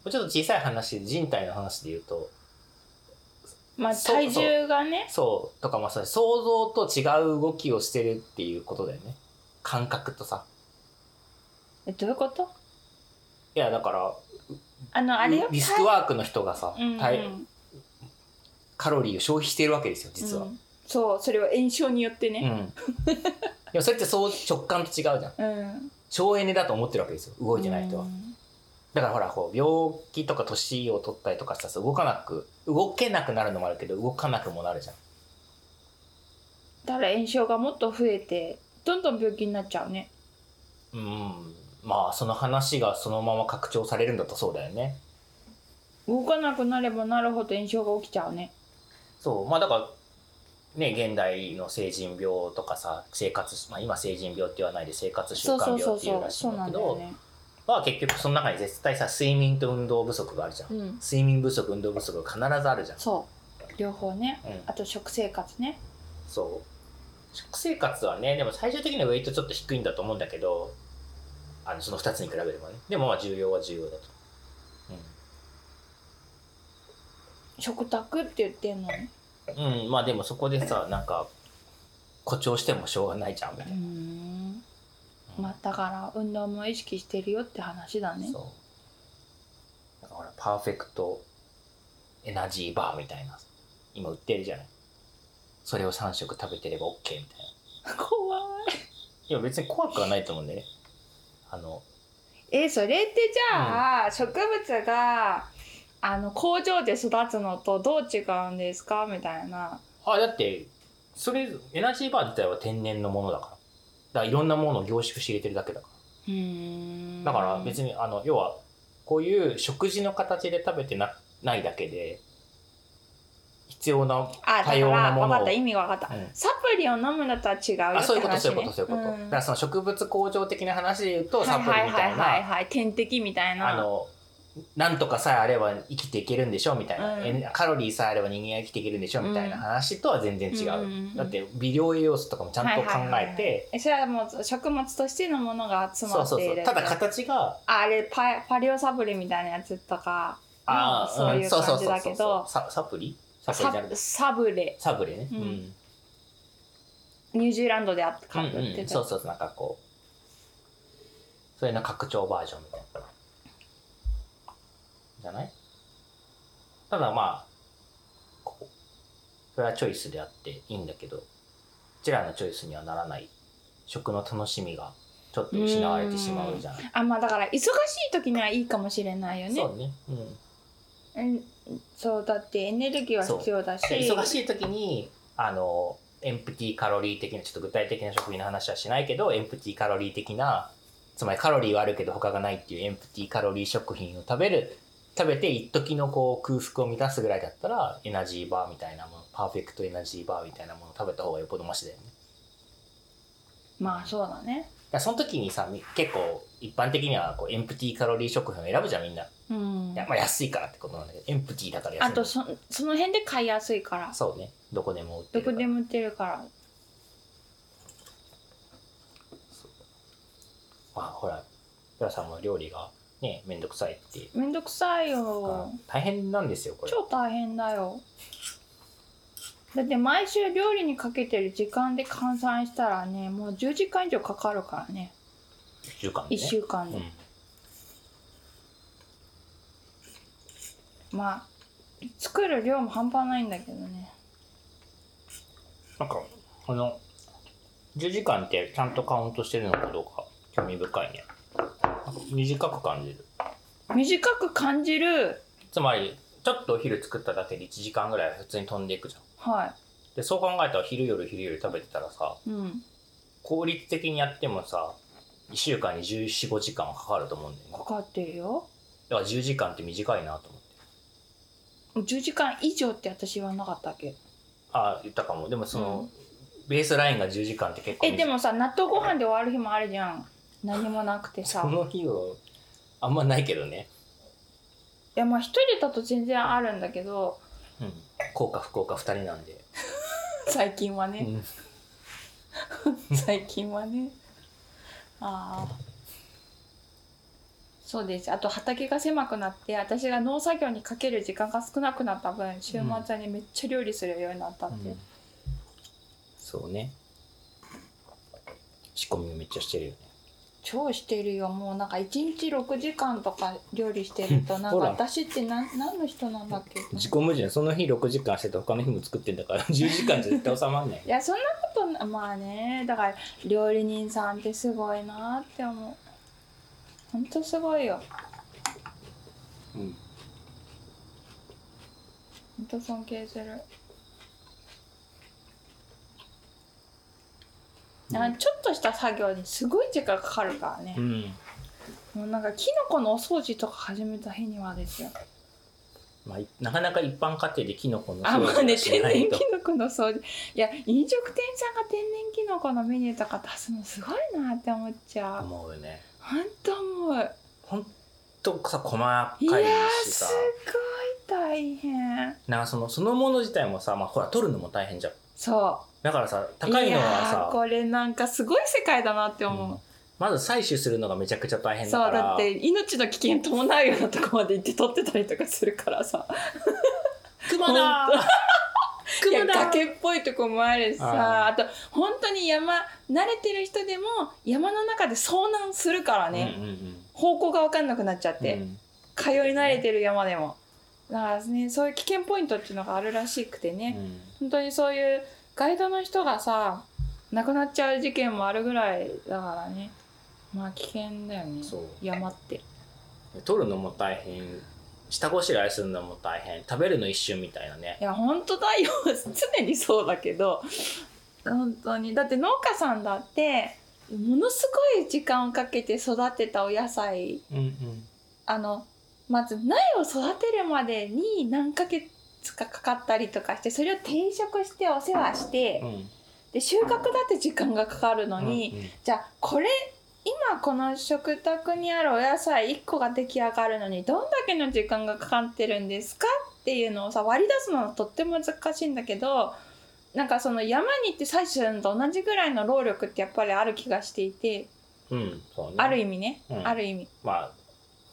A: うちょっと小さい話人体の話で言うと
B: まあ
A: そう
B: 体重がね
A: そうとかまあそれ想像と違う動きをしてるっていうことだよね感覚とさ
B: えどういうこと
A: いやだから
B: あのあれよ
A: リスクワークの人がさ、
B: 体うんうん
A: 体カロリーを消費しているわけですよ実は、
B: う
A: うん
B: んそうそれは炎症によってね
A: でもそれってそう直感と違うじゃん
B: うん
A: 省エネだと思ってるわけですよ動いてない人は、
B: うん
A: だからほらこう病気とか年を取ったりとかしたらさ動かなく動けなくなるのもあるけど動かなくもなるじゃん
B: だから炎症がもっと増えてどんどん病気になっちゃうね
A: うんまあその話がそのまま拡張されるんだとそうだよね
B: 動かなくなればなるほど炎症が起きちゃうね
A: そうまあだからね現代の成人病とかさ生活し、まあ、今成人病って言わないで生活習
B: そう
A: 慣
B: そう
A: 病
B: そ
A: っ
B: う
A: ていう
B: そう
A: らしい
B: そ
A: ん
B: う
A: だ
B: な
A: け
B: んだよ
A: ど
B: ね
A: は結局その中に絶対さ睡眠と運動不足があるじゃん、
B: うん
A: 睡眠不足運動不足が必ずあるじゃん、
B: そう両方ね
A: うん
B: あと食生活ね
A: そう食生活はねでも最終的にはウェイトちょっと低いんだと思うんだけどあのその2つに比べればねでもまあ重要は重要だと、
B: 食卓って言ってんのに
A: うん、うん、まあでもそこでさなんか誇張してもしょうがないじゃんみたいうな、
B: ん
A: うん
B: まあだから運動も意識してるよって話だね
A: そうだからパーフェクトエナジーバーみたいな今売ってるじゃないそれを3食食べてれば OK みたいな
B: 怖い
A: いや別に怖くはないと思うんだよねあの
B: えそれってじゃあ、植物があの工場で育つのとどう違うんですかみたいな
A: あだってそれエナジーバー自体は天然のものだからだからいろんなものを凝縮して入れてるだけだから
B: うん
A: だから別
B: に
A: にあの要はこういう食事の形で食べてなないだけで必要な
B: あだか
A: 多様な
B: ら
A: ものを
B: 分かった意味が分かった、
A: うん
B: サプリを飲むのとは違うよって話、ね、
A: あそういうことそういうことそういうこと、だからその植物工場的な話で言うとサプリみたい
B: はいはいはい
A: な
B: はい、点滴みたいな
A: あのなんとかさえあれば生きていけるんでしょみたいな、
B: うん
A: エネカロリーさえあれば人間は生きていけるんでしょみたいな話とは全然違う、
B: うんうんうん
A: だって微量栄養素とかもちゃんと考え
B: はいはいはいは
A: て
B: い、えそれはもう食物としてのものが集
A: そ
B: ま
A: う
B: っ
A: そう
B: て
A: そ
B: いうる
A: ただ形が
B: あれパパレオサプリみたいなやつとか
A: あー
B: ま
A: ん
B: あそういう感じだけ
A: そうそ
B: ど
A: うそうそうササプリサプリ
B: サ
A: じゃなくて
B: サブレ
A: サブレね、
B: うんニュージーランドであった
A: うん
B: 買って
A: うんそうそうなんかこうそれの拡張バージョンみたいなじゃないただまあここそれはチョイスであっていいんだけどこちらのチョイスにはならない食の楽しみがちょっと失われてしまうじゃない
B: あまあだから忙しい時にはいいかもしれないよね
A: そうね、うん、
B: うんそうだってエネルギーは必要だし
A: で忙しい時にあのエンプティカロリー的なちょっと具体的な食品の話はしないけどエンプティカロリー的なつまりカロリーはあるけど他がないっていうエンプティカロリー食品を食べる食べて一時のこう空腹を満たすぐらいだったらエナジーバーみたいなものパーフェクトエナジーバーみたいなものを食べた方がよっぽどマシだよね。
B: まあそうだ
A: だ
B: ね
A: からその時にさみ結構一般的にはこうエンプティカロリー食品を選ぶじゃんみんな、い
B: うん
A: やまあ、安いからってことなんだけどエンプティだから安い
B: あとそその辺で買いやすいから
A: そうねどこでも売って
B: ど
A: るか
B: こ
A: ら
B: でも売ってるから
A: まあほら浦さんも料理がねめんどくさいって
B: めんどくさいよ
A: 大変なんですよこれ
B: 超大変だよだって毎週料理にかけてる時間で換算したらねもう10時間以上かかるからね
A: 1週間で、
B: 1
A: ね、
B: 週間
A: 間
B: で、
A: うん、
B: まあ作る量も半端ないんだけどね
A: なんかこの10時間ってちゃんとカウントしてるのかどうか興味深いねなんか短く感じる
B: 短く感じる
A: つまりちょっとお昼作っただけで1時間ぐらいは普通に飛んでいくじゃん
B: は
A: でそう考えたら昼夜昼夜食べてたらさ
B: いうん
A: 効率的にやってもさ1週間に1415時間はかかると思うんだよね
B: かかってるよ
A: だから10時間って短いなと思って
B: 10時間以上って私言わなかったっけ
A: あ言ったかもでもその、ベースラインが10時間って結構
B: えで
A: 短い
B: もさ納豆ご飯で終わる日もあるじゃん何もなくてさ
A: その日はあんまないけどね、
B: いやまあ一人だと全然あるんだけど
A: うん、幸か不幸か2人なんで、
B: 最近は
A: う
B: ね、
A: ん、
B: 最近はねああそうですあと畑が狭くなって私が農作業にかける時間が少なくなった分週末にめっちゃ料理するようになったって、
A: そうね仕込みめっちゃしてるよね
B: 超してるよもうなんか1日6時間とか料理してるとなんか
A: ほら
B: 私って何何の人なんだっけ
A: 自己矛盾その日6時間してて他の日も作ってんだから
B: (laughs)
A: 10時間じゃ絶対収まんない
B: いやそんなことなまあねだから料理人さんってすごいなって思うほんとすごいよ
A: うん
B: ほんと尊敬する、なんかちょっとした作業にすごい時間かかるからね
A: う、ん
B: もうなんかキノコのお掃除とか始めた日にはですよ
A: まあ、なかなか一般家庭でキノコの掃
B: あ
A: 除
B: まあね
A: をし
B: 天
A: な
B: 然
A: い
B: キ
A: と
B: ノコの掃除いや飲食店さんが天然キノコのメニューとか出すのすごいなって思っちゃう
A: 思うよね
B: ほんと思う
A: ほんとさ細かい
B: いやー
A: し
B: す
A: さ
B: ごい大変
A: なんかそのそのもの自体もさ、まあ、ほら取るのも大変じゃん
B: そ
A: だからさ
B: う
A: 高いの
B: やー
A: はさ
B: これなんかすごい世界だなって
A: う
B: 思
A: んまず採取するのがめちゃくちゃ大
B: う、
A: 変だ
B: そ
A: か
B: う
A: ら
B: だって命の危険伴うようなとこまで行って撮ってたりとかするからさ
A: 熊
B: だ
A: だ
B: い
A: (laughs) 熊
B: や
A: だ
B: 崖っぽいとこもあるしさあ
A: あ
B: と本当に山慣れてる人でも山の中で遭難するからね、
A: うんうんうん
B: 方向が分かんなくなっちゃっ
A: う
B: て、
A: ん
B: 通い慣れてる山でもだからねそういう危険ポイントっていうのがあるらしくてね、
A: うん
B: 本当にそういうガイドの人がさ亡くなっちゃう事件もあるぐらいだからねまあ危険だよね
A: そう
B: 山って
A: 取るのも大変下ごしらえするのも大変食べるの一瞬みたいなね
B: いや本当だよ常にそうだけど本当にだって農家さんだってものすごい時間をかけて育てたお野菜
A: うんうん
B: あのまず苗を育てるまでに何ヶ月かかかったりとかしてそれを定食してお世話して
A: うん
B: で収穫だって時間がかかるのに、じゃあこれ今この食卓にあるお野菜1個が出来上がるのにどんだけの時間がかかってるんですかっていうのをさ割り出すのはとっても難しいんだけどなんかその山に行って採取するのと同じぐらいの労力ってやっぱりある気がしていて
A: うん、うん、そうね
B: ある意味ね、
A: うん
B: ある意味
A: まあ、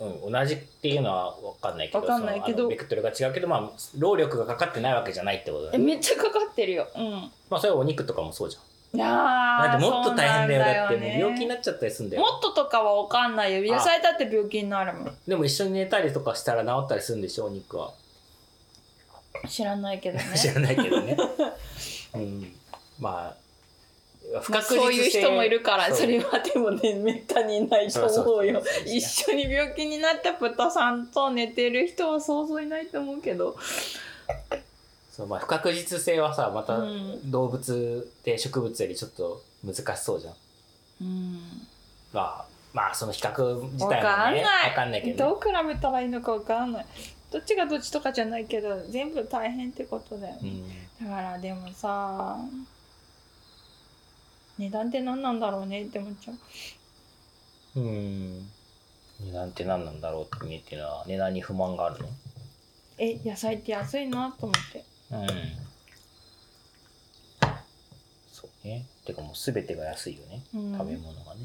A: うん、同じっていうのは分かんないけど
B: わかんないけ
A: そ
B: ど
A: のあのベクトルが違うけど、まあ、労力がかかってないわけじゃないってことだ
B: え
A: ね、
B: めっちゃかかってるようん
A: まあ、それはお肉とかもそうじゃん
B: いや
A: だっ
B: ー
A: てもっと大変だよだってもう病気に
B: ね
A: なっちゃったりするんだよ
B: もっととかは分かんないよ野菜だって病気になるもん
A: でも一緒に寝たりとかしたら治ったりするんでしょお肉は、
B: 知らない
A: (laughs)
B: けどね
A: 知らないけど
B: (laughs)
A: ねうんまあ不
B: まあ
A: 確実性
B: そういう人もいるから
A: そう
B: それはでもねめったにいないと思う
A: そ
B: よ
A: うそうそうそう
B: 一緒に病気になった豚さんと寝てる人はそうそういないと思うけど
A: そう、まあ、不確実性はさまた
B: うん
A: 動物で植物よりちょっと難しそうじゃん、
B: うん
A: まあまあその比較自体も
B: 分
A: ね
B: かんない
A: わかんないけどね、
B: どう比べたらいいのか分かんないどっちがどっちとかじゃないけど全部大変ってことだよね、
A: うん
B: だからでもさ値段って何なんだろうねって思っちゃう
A: うん値段って何なんだろうって見ていうのは値段に不満がある
B: え野菜って安いなと思って
A: のうんそうねてかもう全てが安いよね
B: うん
A: 食べ物がね、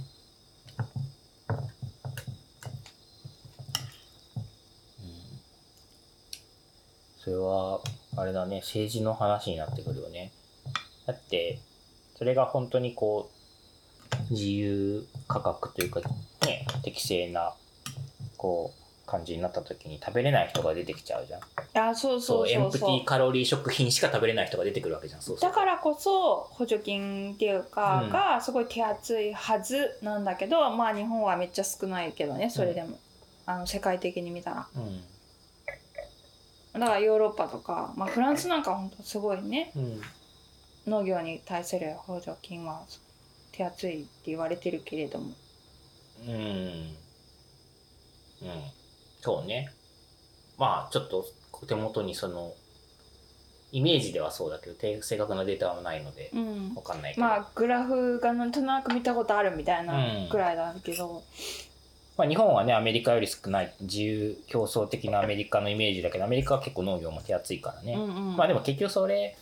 A: うん、それはあれだね政治の話になってくるよねだってそれが本当にこう自由価格というかね適正なこう感じになった時に食べれない人が出てきちゃうじゃん
B: あそう
A: そ
B: そうう
A: エ
B: そ
A: ン
B: う
A: プテ
B: そう
A: ィカロリー食品しか食べれない人が出てくるわけじゃんそうそう
B: だからこそ補助金っていうか
A: うん
B: がすごい手厚いはずなんだけど、まあ日本はめっちゃ少ないけどねそれでも、あの世界的に見たら
A: うん
B: だからヨーロッパとか、まあ、フランスなんか本当すごいね
A: うん
B: 農業に対する補助金は手厚いって言われてるけれども
A: うん。うん。そうね。まあ、ちょっとお手元にその、イメージではそうだけど、て正確なデータはないので、
B: うん
A: わかんないけど、ま
B: まあグラフがなんとなく見たことあるみたいなぐらいだけど、
A: あ、日本はね、アメリカより少ない、自由競争的なアメリカのイメージだけど、アメリカは結構農業も手厚いからね。
B: うんうん
A: まあでも結局それ、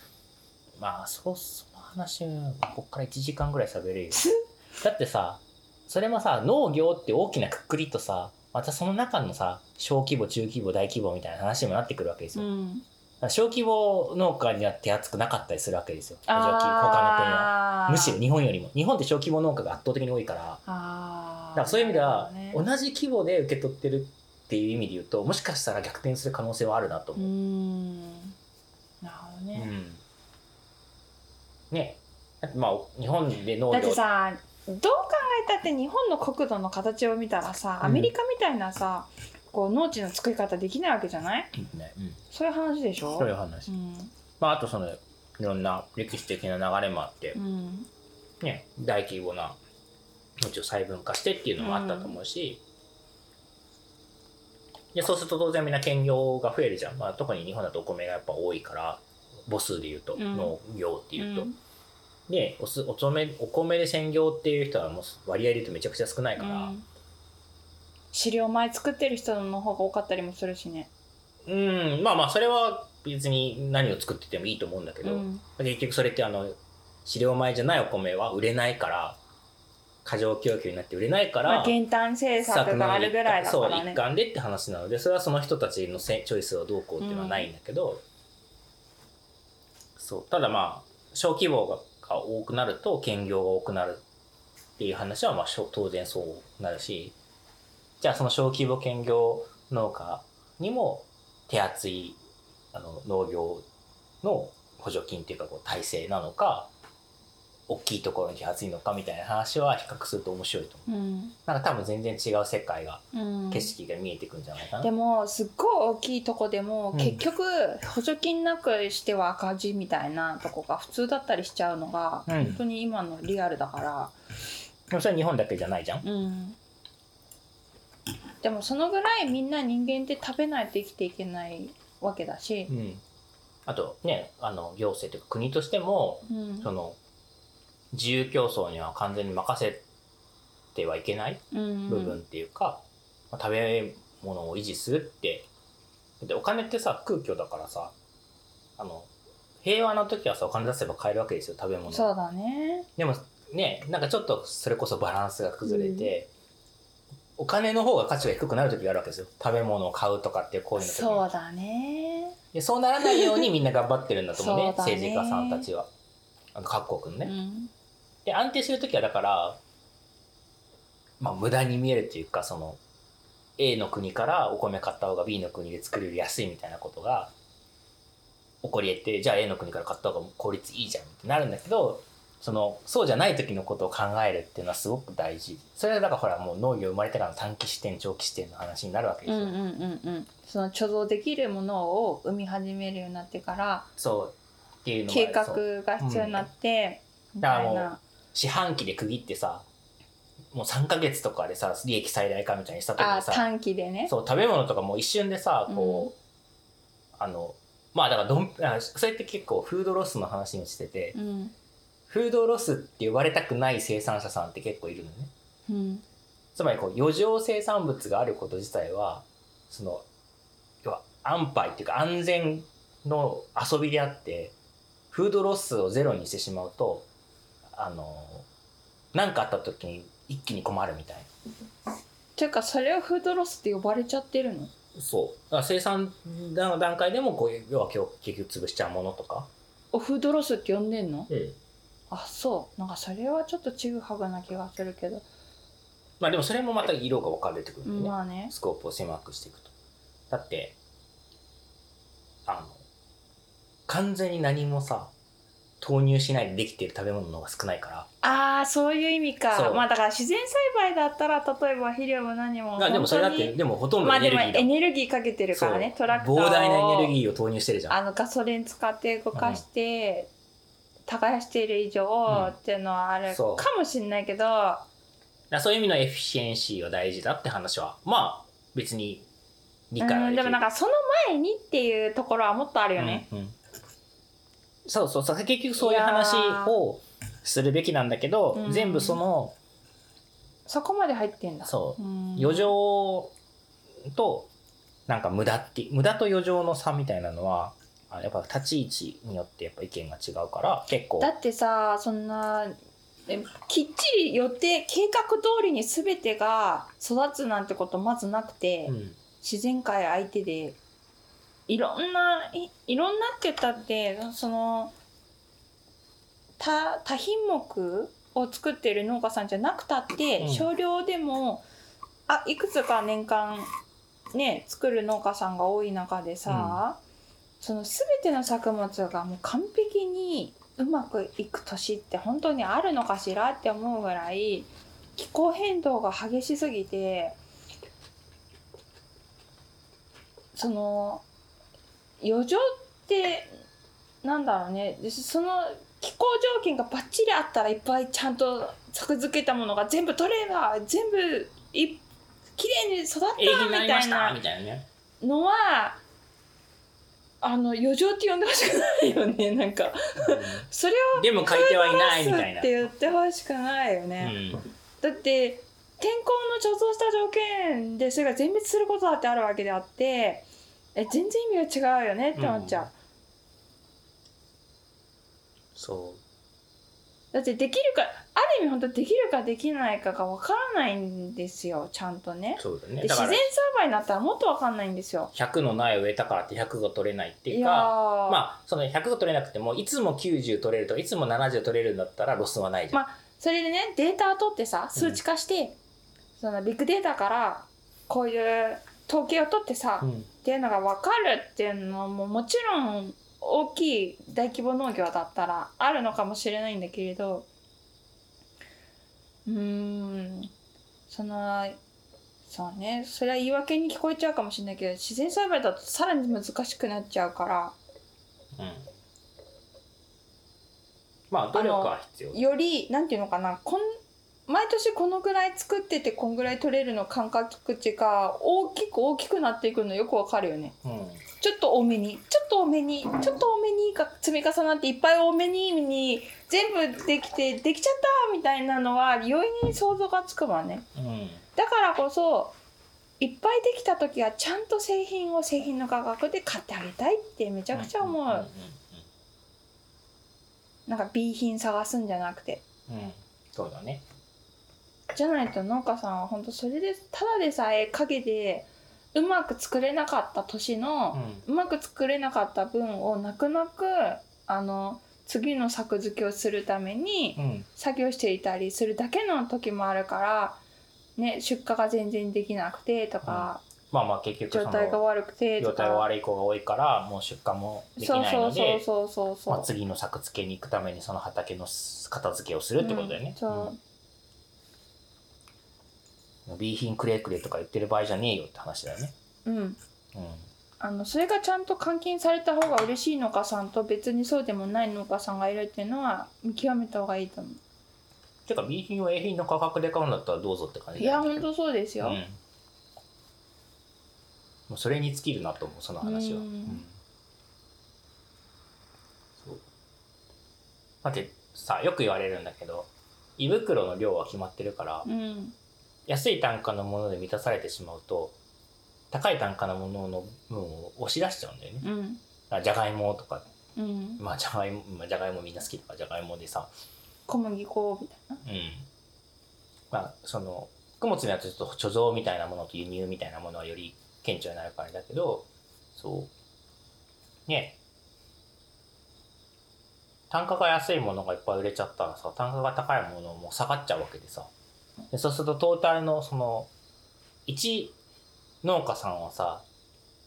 A: まあ、そう、その話、こっから1時間ぐらい喋れるよ。だってさ、それもさ、農業って大きなくくりとさ、またその中のさ、小規模、中規模、大規模みたいな話にもなってくるわけです
B: う
A: よ。だ
B: ん、
A: から小規模農家には手厚くなかったりするわけですよ。補助金、他の国は。
B: あー
A: むしろ日本よりも。日本って小規模農家が圧倒的に多いから、
B: あ
A: だ
B: ー
A: からそういう意味では、
B: なるほ
A: 同
B: どね
A: じ規模で受け取ってるっていう意味で言うと、もしかしたら逆転する可能性はあるなと
B: う
A: 思う。
B: んなるほどね、
A: うんねだってまあ日本で農業
B: だってさどう考えたって日本の国土の形を見たらさ
A: うん
B: アメリカみたいなさ、こう農地の作り方できないわけじゃない
A: ねうん、
B: そういう話でしょ
A: そういう話、
B: うん
A: まああとそのいろんな歴史的な流れもあって
B: う、ん
A: ね大規模な農地を細分化してっていうのもあったと思うし、でそうすると当然みんな兼業が増えるじゃん、まあ、特に日本だとお米がやっぱ多いから母数で言うと、
B: うん
A: 農業っていうと、
B: うん
A: でおすお米お米で専業っていう人はもう割合で言うとめちゃくちゃ少ないから、
B: うん飼料米作ってる人の方が多かったりもするしね
A: うんまあまあそれは別に何を作っててもいいと思うんだけど、
B: うん
A: 結局それってあの飼料米じゃないお米は売れないから過剰供給になって売れないから、
B: まあ、減反政策があるぐらいだか
A: そう
B: ら
A: 一
B: ね
A: 貫でって話なのでそれはその人たちのせチョイスをどうこうっていうのはないんだけど、そうただまあ小規模がが多くなると兼業が多くなるっていう話はまあしょ当然そうなるしじゃあその小規模兼業農家にも手厚いあの農業の補助金っていうかこう体制なのか大きいところに発いいのかみたいな話は比較すると面白いと思
B: うん
A: う。なんか多分全然違う世界が、
B: うん、
A: 景色が見えてくるんじゃないかな。
B: でもすっごい大きいとこでも、
A: うん
B: 結局補助金なくしては赤字みたいなとこが普通だったりしちゃうのが、
A: うん
B: 本当に今のリアルだから、
A: でもそれは日本だけじゃないじゃん。
B: うん、でもそのぐらいみんな人間って食べないと生きていけないわけだし
A: う、ん。あとね、あの行政というか国としても、
B: うん
A: その自由競争には完全に任せてはいけない
B: うん、
A: 部分っていうか、まあ食べ物を維持するってでお金ってさ空虚だからさあの平和な時はさお金出せば買えるわけですよ食べ物
B: そうだね
A: でもねなんかちょっとそれこそバランスが崩れて、お金の方が価値が低くなる時があるわけですよ食べ物を買うとかっていう行為の時に
B: そうだね
A: でそうならないようにみんな頑張ってるんだと思うね
B: (laughs) そうだね
A: 政治家さんたちはあの各国のね、
B: うん
A: で安定してる時はだから、まあ、無駄に見えるっていうかその A の国からお米買った方が B の国で作るより安いみたいなことが起こり得てじゃあ A の国から買った方が効率いいじゃんってなるんだけどそのそうじゃない時のことを考えるっていうのはすごく大事それはだからほらもう農業生まれてからの短期視点長期視点の話になるわけで
B: う
A: すよ、
B: んうんうんうんその貯蔵できるものを生み始めるようになってから
A: そうっていうのもあ
B: 計
A: る
B: 画
A: そう
B: が必要になって、みた
A: だ
B: い
A: から
B: な
A: も四半期で区切ってさもう3ヶ月とかでさ利益最大化みたいにした時
B: あ
A: にさ
B: 短期でね
A: そう食べ物とかも一瞬でさこう、あのまあだからどんあそれって結構フードロスの話にしてて、
B: うん
A: フードロスって呼ばれたくない生産者さんって結構いるのね
B: うん
A: つまりこう余剰生産物があること自体はその要は安牌っていうか安全の遊びであってフードロスをゼロにしてしまうとあの何かあった時に一気に困るみたいな。
B: ていうかそれをフードロスって呼ばれちゃってるの
A: そう。だから生産の段階でもこういう要は今日結局潰しちゃうものとか。
B: おフードロスって呼んでんの
A: うん。
B: あそうなんかそれはちょっとちぐはぐな気がするけど、
A: まあでもそれもまた色が分かれてくるんだよね。
B: まあね
A: スコープを狭くしていくと。だって、あの、完全に何もさ、投入しないでできている食べ物の方が少ないから。
B: ああそういう意味
A: そ
B: か
A: う
B: まあだから自然栽培だったら例えば肥料も何も
A: だからでもそれだっ
B: 本当
A: て、
B: に
A: でもほとんど
B: まあ
A: エネ
B: で
A: ルギ
B: も
A: ーだ
B: エ
A: もん。
B: ネルギーかけてるからね
A: そう
B: トラクターを
A: 膨大なエネルギーを投入してるじゃん。
B: あのガソリン使って動かして、耕している以上、
A: うん
B: っていうのはあるか
A: そう
B: もしれないけど
A: だからそういう意味のエフィシエンシーは大事だって話は、まあ別に理解はで
B: うん
A: き
B: で
A: る
B: もなんかその前にっていうところはもっとあるよね。
A: うんうんそうそうそう結局そういう話をするべきなんだけど、
B: うん
A: 全部その
B: そこまで入ってんだ。
A: そう
B: うん
A: 余剰となんか無駄って無駄と余剰の差みたいなのはあやっぱ立ち位置によってやっぱ意見が違うから結構
B: だってさそんなえきっちり予定計画通りに全てが育つなんてことまずなくて、
A: うん
B: 自然界相手でいろんないいろんなって言ったってその多多品目を作ってる農家さんじゃなくたって、
A: うん
B: 少量でもあいくつか年間ね作る農家さんが多い中でさ、その全ての作物がもう完璧にうまくいく年って本当にあるのかしらって思うぐらい気候変動が激しすぎてその余剰ってなんだろうねでその気候条件がバッチリあったらいっぱいちゃんと作付けたものが全部取れば全部い綺麗に育った
A: 営業にな
B: み
A: りま
B: た
A: し
B: い
A: た
B: な
A: みたいなね
B: のはあの余剰って呼んでほしくないよね (laughs) なんかそれを
A: うんでも書いてはいないみ
B: 出す
A: たい
B: っ
A: な
B: て言ってほしくないよ
A: う
B: ね、
A: ん
B: だって天候の貯蔵した条件でそれが全滅することだってあるわけであってえ全然意味が違うよねって思っちゃう、
A: うんそ
B: だってできるかある意味本当できるかできないかがわからないんですよちゃんとね
A: うそうだね
B: で
A: だ
B: 自
A: か
B: 然
A: ら
B: 栽培になったらもっとわかんないんですよ
A: 100の苗を植えたからって100が取れないって
B: い
A: いう
B: や
A: か
B: ー
A: まあその100が取れなくてもいつも90取れるとかいつも70取れるんだったらロスはないじゃん、
B: まそれでねデータを取ってさ数値化して、そのビッグデータからこういう統計を取ってさ、
A: うん
B: っていうのが分かるっていうのももちろん大きい大規模農業だったらあるのかもしれないんだけれどうーんそのそうねそれは言い訳に聞こえちゃうかもしれないけど自然栽培だとさらに難しくなっちゃうから
A: うんまあ努力は必要
B: よりなんていうのかなこん毎年このぐらい作っててこんぐらい取れるの感覚値が大きく大きくなっていくのよくわかるよね
A: うん
B: ちょっと多めにちょっと多めにちょっと多めにが積み重なっていっぱい多めにに全部できてできちゃったみたいなのは容易に想像がつくわね
A: うん
B: だからこそいっぱいできた時はちゃんと製品を製品の価格で買ってあげたいってめちゃくちゃ思う、なんか B 品探すんじゃなくて
A: うんうんうんうんそうだね
B: じゃないと農家さんは本当それでただでさえ陰でうまく作れなかった年
A: う
B: の、
A: ん
B: うまく作れなかった分を泣く泣くあの次の作付けをするために
A: うん
B: 作業していたりするだけの時もあるから、ね、出荷が全然できなくてとか、
A: まあまあ結局そ
B: 状
A: の
B: 態が悪くてと
A: 状態
B: か。
A: 悪い子が多いからもう出荷もでき
B: そう
A: ない
B: そう
A: の
B: そう
A: で
B: そうそうそう、
A: まあ次の作付けに行くためにその畑の片付けをするってことだよね
B: うん、そう
A: うん B 品くれくれとか言ってる場合じゃねえよって話だよね
B: うん
A: うん
B: あのそれがちゃんと換金された方が嬉しい農家さんと別にそうでもない農家さんがいるっていうのは見極めた方がいいと思
A: てか B 品を A 品の価格で買うんだったらどうぞって感
B: う
A: じ
B: い
A: だ
B: や
A: よね
B: 本当そうですよ、
A: うん、もうそれに尽きるなと思うその話は、
B: うん
A: そうだってさよく言われるんだけど胃袋の量は決まってるから、
B: うん
A: 安い単価のもので満たされてしまうと高い単価のものの分を押し出しちゃうんだよね
B: うん
A: だからじゃがいもとか
B: うん
A: まあじゃがいも、まあ、じゃがいもみんな好きだからじゃがいもでさ
B: 小麦粉みたいな
A: うんまあその穀物にはちょっと貯蔵みたいなものと輸入みたいなものはより顕著になるからだけどそうね単価が安いものがいっぱい売れちゃったらさ単価が高いものも下がっちゃうわけでさでそうするとトータルのその一農家さんはさ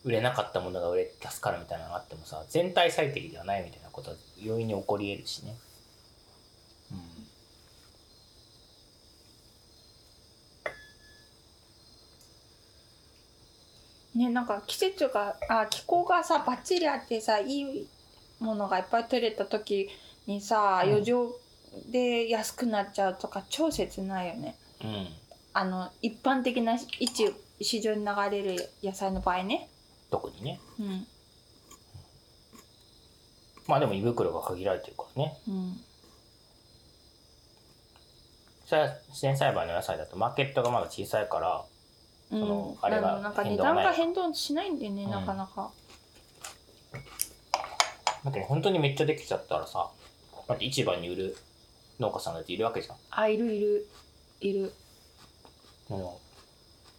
A: 売れなかったものが売れて助かるみたいなのがあってもさ全体最適ではないみたいなことは容易に起こり得るしね。うん
B: ねなんか季節があ気候がさバッチリあってさいいものがいっぱい取れた時にさ
A: うん
B: 余剰で安くなっちゃうとか超切ないよね
A: うん
B: あの一般的な一市場に流れる野菜の場合ね
A: 特にね
B: うん
A: まあでも胃袋が限られてるからね
B: うん
A: それは自然栽培の野菜だとマーケットがまだ小さいから
B: う
A: そのあれが
B: あのなんか値
A: 変動が
B: 段
A: ない
B: が変動しないんだよね、
A: うん
B: なかなか
A: だって本当にめっちゃできちゃったらさだって市場に売る農家さんだっているわけじゃん
B: あいるいるいる
A: もう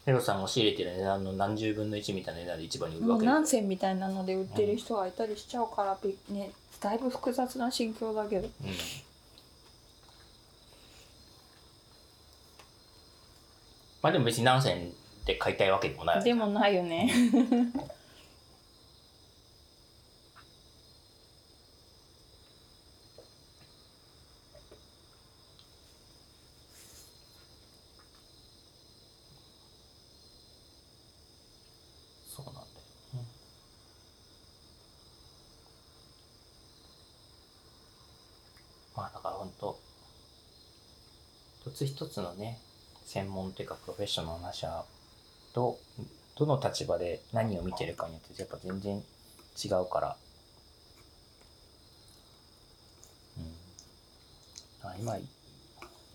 A: ヘロさんが仕入れてる値段の何十分の1みたいな値段で市場に売る
B: も
A: わ
B: う
A: けだよ
B: 何千みたいなので売ってる人がいたりしちゃうから、びねだいぶ複雑な心境だけ
A: う
B: ど
A: んまあでも別に何千で買いたいわけでもないわけ
B: でもないよね
A: そうなんだよね。まあだから本当一つ一つのね専門というかプロフェッショナルの話はどうどの立場で何を見てるかによってやっぱ全然違うから、うん、だから今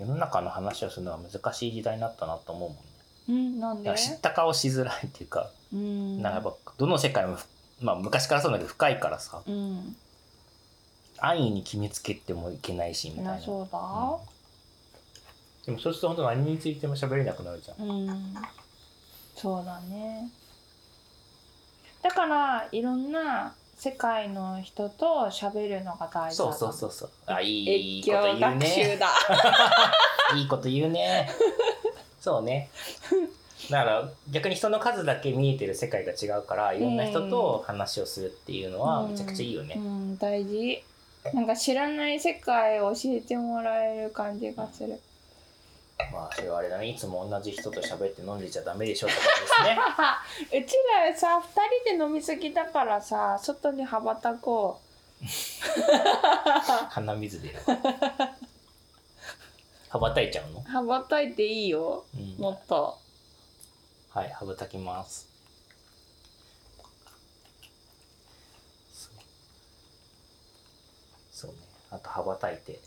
A: 世の中の話をするのは難しい時代になったなと思うもんね。
B: うんなん
A: だ
B: で
A: から知った顔しづらいっていうか
B: うん
A: なんかやっぱどの世界もふ、まあ、昔からそうだけど深いからさ
B: うん
A: 安易に決めつけてもいけないしみたいな
B: なそう
A: うんでもそうすると本当何についても喋れなくなるじゃん
B: だうん、そうだねだからいろんな世界の人と喋るのが大事だ
A: そう
B: な
A: そうそうそうあいい
B: 越
A: こと
B: 境
A: 言う
B: 学
A: ね
B: 習だ
A: いいこと言うねそうねだから逆に人の数だけ見えてる世界が違うからいろんな人と話をするっていうのはめちゃくちゃいいよね、
B: うん、大事。なんか知らない世界を教えてもらえる感じがする。
A: まあそれはあれだねいつも同じ人と喋って飲んでちゃダメでしょとかですね
B: うちらさ2人で飲みすぎだからさ外に羽ばたこ
A: 鼻水で (laughs) 羽ばたいちゃうの、
B: う羽ばたいていいよ
A: うん
B: もっと
A: はい羽ばたきますそうそうねあと羽ばたいて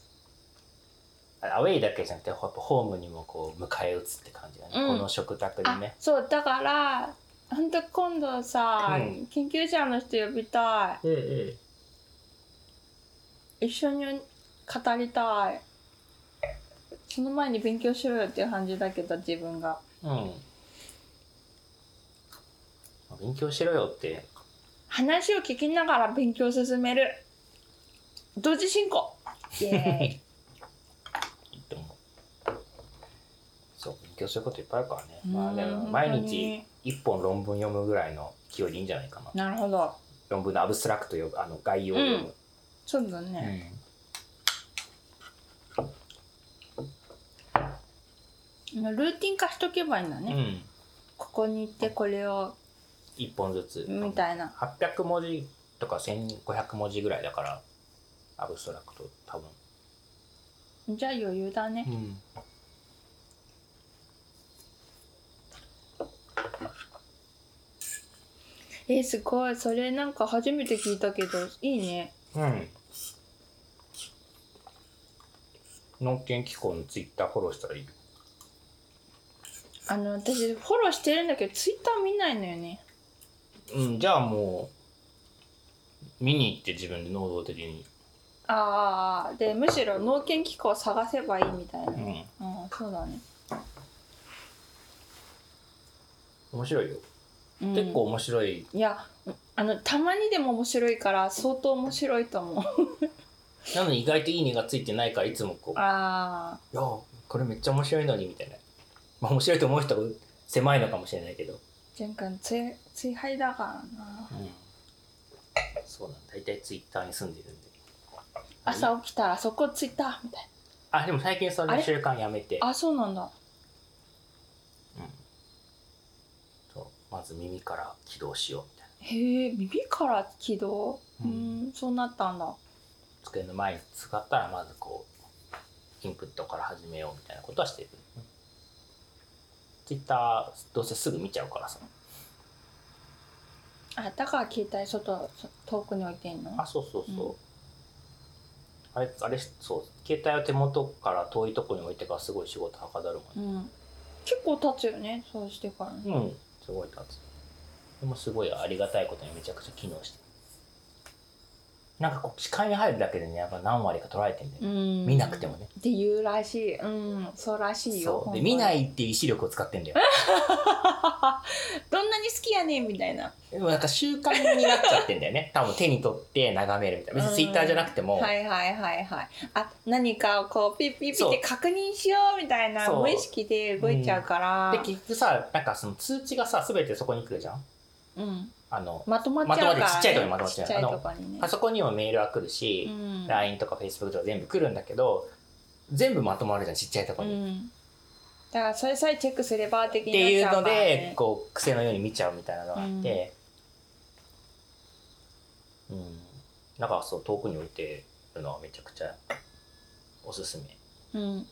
A: あアウェイだけじゃなくてやっぱホームにもこう迎え撃つって感じだね、
B: うん
A: この食卓
B: あ
A: にね
B: そうだからほんと今度さ、
A: うん
B: 研究者の人呼びた
A: ええ
B: い一緒に語りたいその前に勉強しろよっていう感じだけど自分が
A: うん勉強しろよって
B: 話を聞きながら勉強を進める同時進行イエ
A: いいと思うそう勉強することいっぱいあるからね
B: (laughs) ーイ
A: まあでも毎
B: 本当
A: 日
B: に
A: 一本論文読むぐらいの勢いでいいんじゃないかな
B: なるほど
A: 論文のアブストラクト読むあの概要を読む、
B: そうだ
A: うん
B: ね、ルーティン化しとけばいいんだね、
A: うん
B: ここに行ってこれを
A: 一本ずつ
B: みたいな
A: 800文字とか1500文字ぐらいだからアブストラクト多分
B: じゃあ余裕だね
A: うん
B: えーすごいそれなんか初めて聞いたけどいいね
A: うん農研機構のツイッターフォローしたらいいよ
B: あの私フォローしてるんだけどツイッター見ないのよね
A: うん、じゃあもう見に行って自分で能動的に、
B: ああでむしろ農研機構を探せばいいみたいな
A: う
B: うん
A: ん、
B: そうだね、
A: 面白いよ、
B: うん
A: 結構面白い
B: いやあのたまにでも面白いから相当面白いと思う
A: なのに意外といいねがついてないからいつもこう「い
B: あ
A: やこれめっちゃ面白いのに」みたいな、まあ、面白いと思う人が狭いのかもしれないけど、
B: ージェン君追追敗だからな
A: そうなん大体ツイッターに住んでるんで
B: 朝起きたらそこツイッターみたい
A: あでも最近そ
B: あ
A: の
B: れ
A: 習慣やめて
B: なあそうなんだ
A: うん、そうまず耳から起動しようみたいな
B: へえ耳から起動
A: う
B: う
A: ん
B: んそうなったんだ
A: 机の前に使ったらまずこうインプットから始めようみたいなことはしてる、ツイッターどうせすぐ見ちゃうからさ
B: あだから携帯外そ遠くに置いてんの
A: あそうそうそう、
B: うん
A: あれあれそう携帯を手元から遠いとこに置いてからすごい仕事はかどるもん
B: う
A: ね
B: ん結構経つよねそうしてからね
A: うん、すごい立つでもすごいありがたいことにめちゃくちゃ機能してるなんかこう視界に入るだけでねやっぱ何割か捉えてんだよね、
B: うん
A: 見なくてもね
B: っていうらしいうんそうらしい
A: そ
B: よ
A: う
B: 本当
A: で
B: に
A: 見ないっていう意志力を使ってんだよ
B: (laughs) どんなに好きやねんみたいな
A: でもなんか習慣になっちゃってんだよね。多分手に取って眺めるみたいな。別にツイッターじゃなくても、
B: はいはいはいはいあ何かをこうピッピッピッ
A: そ
B: て
A: う
B: 確認しようみたいな
A: そう
B: 無意識で動いちゃうから
A: で結局さ、なんかその通知がさ、すべてそこに来るじゃん。
B: うん
A: あの、
B: まとまっちゃうからね
A: まとまってちっちゃいとこにまとまっ
B: ち
A: ち
B: っ
A: ゃう
B: ちゃいとこにね
A: パソコンにもメールは来るし、
B: うん
A: LINE とか Facebook とか全部来るんだけど、全部まとまるじゃん、ちっちゃいとこ
B: う
A: に。っ
B: んだからそれさえチェックすれば的に
A: て
B: なっ
A: い
B: ち
A: う
B: ゃ
A: の
B: うから
A: で
B: ね、
A: こう、癖のように見ちゃうみたいなのがあって、うん。だからそう、遠くに置いてるのはめちゃくちゃおすすめ。
B: うん。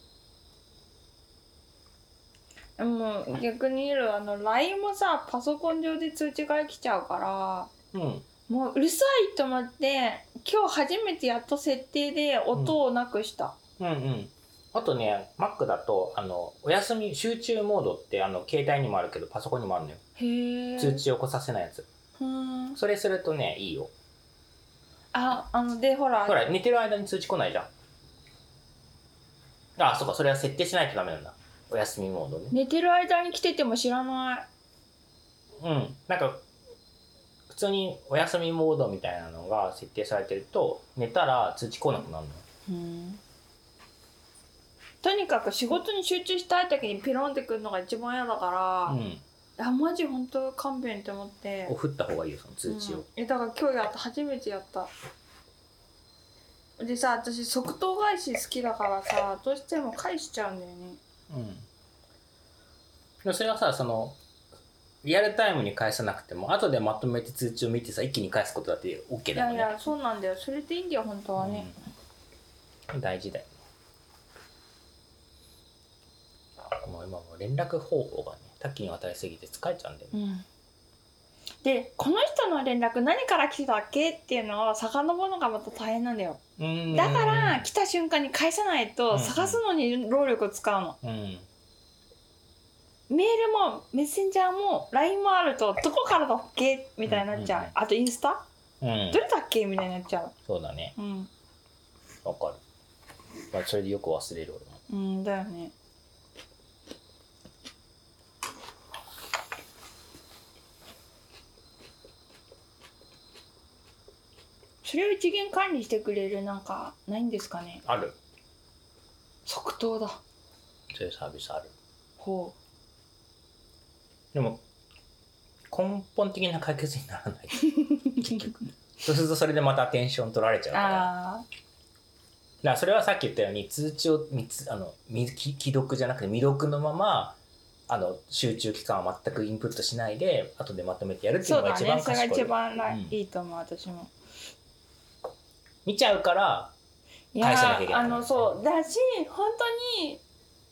B: でも逆に言うとあの LINE もさパソコン上で通知が来ちゃうから
A: うん。
B: もううるさいと思って今日初めてやっと設定で音をなくした。
A: うんうん。あとね、Mac だと、あの、お休み、集中モードって、あの、携帯にもあるけど、パソコンにもあるのよ。
B: へえ。
A: 通知を起こさせないやつ。
B: うん。
A: それするとね、いいよ。
B: ああのでほら
A: ほら、寝てる間に通知来ないじゃん。あそうか、それは設定しないとダメなんだ。お休みモードね。
B: 寝てる間に来てても知らない。
A: うん。なんか、普通にお休みモードみたいなのが設定されてると、寝たら通知来なくなるのよ。
B: うん。とにかく仕事に集中したい時にピロンってくるのが一番嫌だから、
A: うん。
B: あマジ本当勘弁と思って。
A: こう振った方がいいよ、その通知
B: うん
A: を。
B: えだから今日やった初めてやったでさ私即答返し好きだからさどうしても返しちゃうんだよね
A: うんでもそれはさそのリアルタイムに返さなくても後でまとめて通知を見てさ一気に返すことだって OK
B: い
A: だ
B: や
A: もん
B: い
A: ね
B: やそうなんだよそれでいいんだよ本当はね、
A: うん大事だよもう今もう連絡方法がね多岐にわたりすぎて疲れちゃうんだよね
B: うんでこの人の連絡何から来たっけっていうのを遡るのがまた大変なんだよ
A: うん
B: だから来た瞬間に返さない
A: うんう
B: と
A: ん
B: 探すのに労力を使うの
A: うん
B: メールもメッセンジャーも LINE もあるとどこからだっけみたいになっちゃ
A: うんうん
B: う
A: うん
B: あとインスタ
A: うん
B: どれだっけみたいになっちゃ
A: そうだね
B: ううん
A: わかる、まあ、それでよく忘れる俺も
B: うんだよねそれを一元管理してくれるなんかないんですかね
A: ある
B: 即答だ
A: そういうサービスある
B: ほう
A: でも根本的な解決になら (laughs) ない結局そうするとそれでまたテンション取られちゃうから
B: あ
A: だからそれはさっき言ったように通知をみつあのみ既既読じゃなくて未読のままあの集中期間は全くインプットしないで後でまとめてやるっ
B: あ
A: ていう
B: そ
A: の
B: う
A: が
B: だ
A: 一番
B: ねそ
A: 賢
B: れが
A: い,、
B: 一番ら
A: うん
B: いいと思う私も
A: 見ちゃうから
B: いや
A: 返さなきゃいけない
B: あのそうだし本当に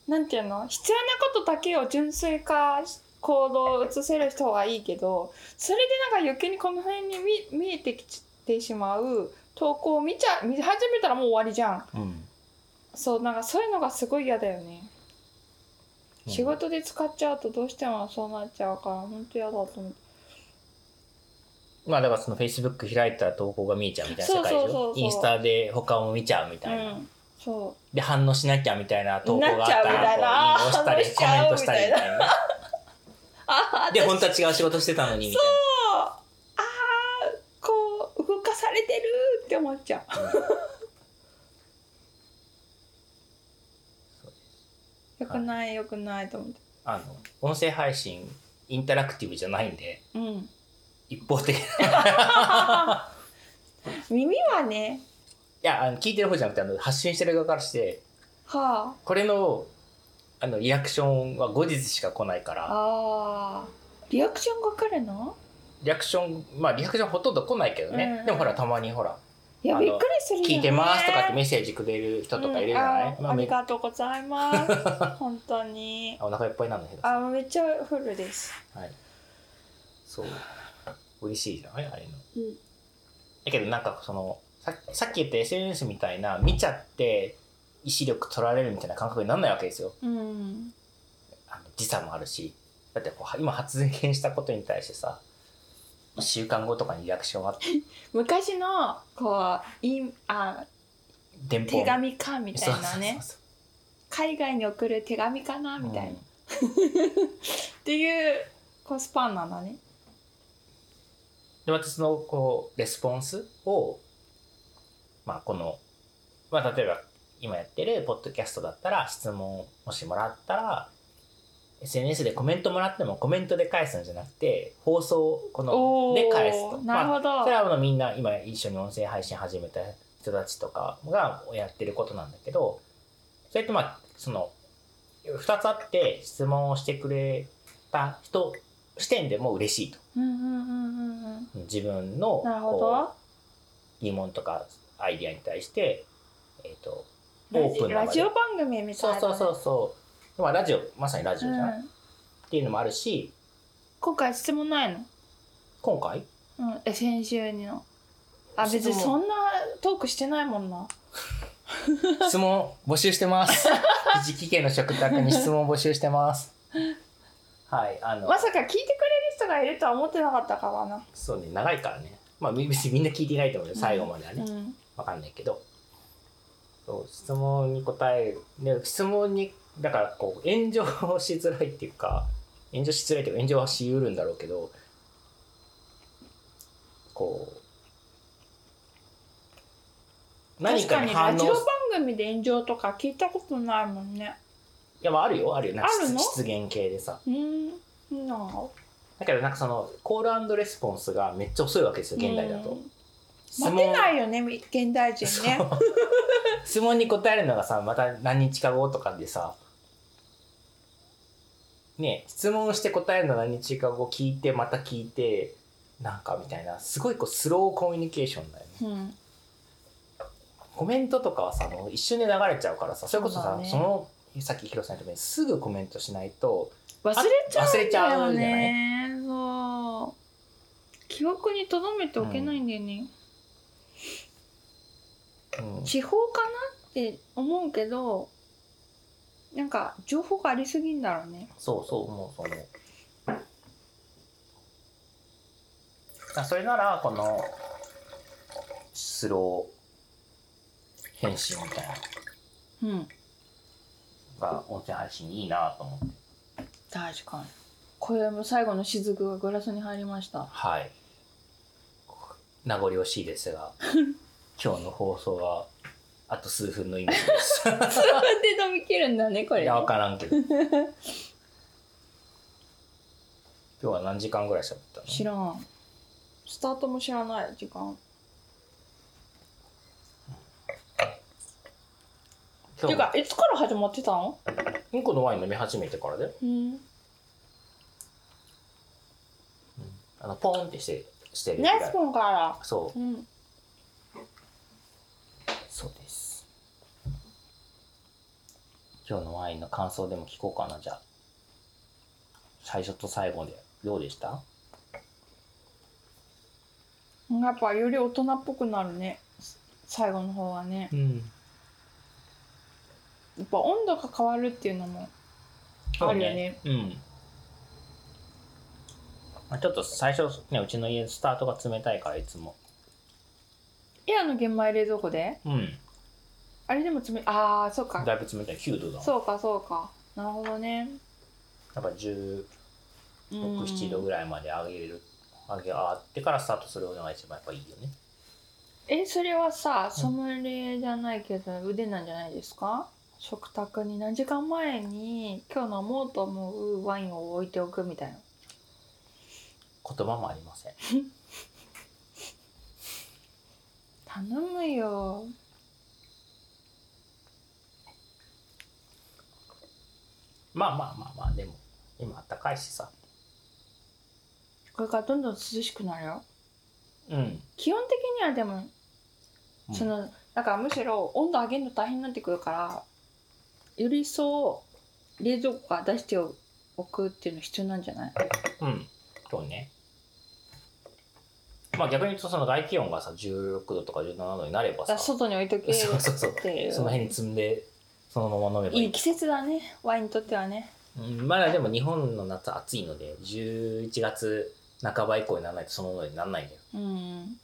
B: なんていうの必要なことだけを純粋化し行動を移せる人がいいけどそれでなんか余計にこの辺に見見えてきてしまう投稿を見ちゃ見始めたらもう終わりじゃんそうなんかそういうのがすごい嫌だよね、仕事で使っちゃうとどうしてもそうなっちゃうから本当嫌だと思って
A: まあだからその Facebook 開いたら投稿が見えちゃうみたいな世界でし
B: そうそうそう
A: ょ
B: そう
A: インスタで他も見ちゃうみ
B: う
A: たいな、
B: んそう
A: で反応しなきゃみたいな投稿があった
B: なっちゃ
A: ら
B: うみたいな
A: こういいね押したりコメントしたりみたいな
B: (laughs) あ
A: で本当は違う仕事してたのにみたい
B: ああーこう動かされてるって思っちゃう
A: な。うん
B: よくないよくないと思って
A: あの音声配信インタラクティブじゃないんで
B: うん
A: 一方的ない
B: (laughs) 耳はね
A: やあの聞いてる方じゃなくてあの発信してる側からして
B: は
A: これのあのリアクションは後日しか来ないか
B: あ
A: ら
B: あーリアクションが来るの
A: リアクションまあリアクションほとんど来ないけどね、
B: うん
A: でもほらたまにほら
B: いや
A: あの
B: びっくりする
A: 「
B: よね
A: 聞いてます」とかってメッセージくれる人とかいるじゃない、
B: うんあー
A: ま
B: あ
A: あ、
B: り
A: め
B: がとうございます
A: (laughs)
B: 本当に
A: お腹いっぱいなんだけどさ
B: あめっちゃフルです
A: はいそう嬉しいじゃないあれの
B: うん
A: だけどなんかそのささっき言った SNS みたいな見ちゃって意志力取られるみたいな感覚にならないわけですよ
B: うん
A: あの時差もあるしだってこう今発言したことに対してさ1週間後とかにリアクションがあって
B: 昔のこういあ
A: 電報
B: 手紙かみたいな
A: そ
B: ね
A: うそう
B: 海外に送る手紙かな
A: そうそう
B: みたいな、っていうこうスパンなんだね
A: で私のこうレスポンスをまあこの、まあ、例えば今やってるポッドキャストだったら質問をもしもらったら SNS でコメントもらってもコメントで返すんじゃなくて放送こ
B: お
A: の
B: お
A: で返すと。
B: なるほど、
A: それはあのみんな今一緒に音声配信始めた人たちとかがやってることなんだけどそれってまあその2つあって質問をしてくれた人視点でも嬉しいと
B: うんうんうんうんうん
A: 自分の
B: なるほ
A: こ
B: ど
A: う疑問とかアイディアに対して、えー、と
B: ラ
A: オー
B: ジ
A: プンな
B: ラ
A: 場
B: ジ
A: で
B: オ番組みたい
A: そ
B: な
A: う
B: ね
A: そうそうそう、まあ、ラジオまさにラジオじゃん、
B: う
A: っ
B: ん、
A: ていうのもあるし
B: 今回質問ないの、
A: 今回
B: うん、え先週のあ別に
A: 質問
B: そんなトークしてないもんな
A: (laughs) 質問募集して (laughs) ます。藤木家の食卓に質問募集してます。はい、あの、
B: まさか聞いてくれる人がいるとは思ってなかったからな、
A: そうね、長いからね。まあ、み (laughs) 別にみんな聞いてないと思うよ、最後までは
B: う
A: ね。
B: ん、
A: わかんないけど。そう、質問に答える。で、質問に、だから、こう、炎上をしづらいっていうか、炎上しづらいっていうか、炎上はしうるんだろうけど、こう、何
B: 確
A: か
B: か
A: に
B: に
A: 反
B: ラ
A: 応
B: ジオ
A: す
B: 番組で炎上とか聞いたことないもんね
A: いや、まあ、あるよ、あるよ。なんか
B: あるの
A: 失言系でさ。
B: うんな
A: だけどなんかそのコールレスポンスがめっちゃ遅いわけですよ現代だと。
B: 待てないよね現代人
A: (laughs)
B: ね
A: そう質問に答えるのがさまた何日か後とかでさね質問して答えるの何日か後聞いてまた聞いてなんかみたいなすごいこうスローコミュニケーションだよね
B: うん
A: コメントとかはさもう一瞬で流れちゃうからさそれこそ
B: そう
A: さ
B: だ
A: そ,、
B: ね
A: のさっきヒロさん言ったようにすぐコメントしないと
B: 忘れちゃうんだよね
A: 忘れちゃうんだよ
B: そう記憶に留めておけないんだよね、
A: うん
B: 地方かなって思うけどなんか情報がありすぎんだろうね
A: そうそう思うそう思うあそれならこのスロー返信みたいな
B: うん
A: のが音声配信いいなと思って
B: 確かに今宵も最後の雫がグラスに入りました
A: はい名残惜しいです (laughs) が今日の放送はあと数分の意味です
B: で飲み切るんだねこ
A: い
B: れ
A: や分から (laughs) んけど今日は何時間ぐらい喋ったの
B: 知らんスタートも知らない時間
A: 今
B: て
A: 日
B: いうかいつから始まってたの
A: うんこのワイン飲み始めてからだよ
B: うん
A: あのポーンってしてしてるぐら
B: ナイ
A: い
B: スポンから
A: そ
B: うん
A: うそうです今日のワインの感想でも聞こうかなじゃあ最初と最後でどうでした
B: やっぱより大人っぽくなるね最後の方はね
A: うん
B: やっぱ温度が変わるっていうのもあるよね
A: うんまあちょっと最初ねうちの家スタートが冷たいからいつも
B: エアの玄米冷蔵庫で
A: うん
B: あれでも冷ああそうか
A: だいぶ冷たい9度だもん
B: そうかそうかなるほどね
A: やっぱ1617
B: うん
A: 度ぐらいまで上げる上げ上がってからスタートするのが一番やっぱいいよね
B: えそれはさソムリエじゃないけど腕なんじゃないですか食卓に何時間前に今日飲もうと思うワインを置いておくみたいな
A: 言葉もありません
B: 頼むよ
A: まあまあまあまあでも今あったかいしさ
B: これからどんどん涼しくなるよ
A: うん
B: 基本的にはでも
A: うん
B: そのだからむしろ温度上げるの大変になってくるからより一層冷蔵庫から出しておくっていうの必要なんじゃない
A: うんそうねまあ逆に言うとその外気温がさ16度とか17度になれば
B: だから
A: さ
B: 外に置いとけってい
A: そうそうそう
B: う
A: その辺に積んでそのまま飲めばいい
B: いい季節だねワインにとってはね
A: うんまだでも日本の夏暑いので11月半ば以降にならないとそのものにならないんだよ
B: うん、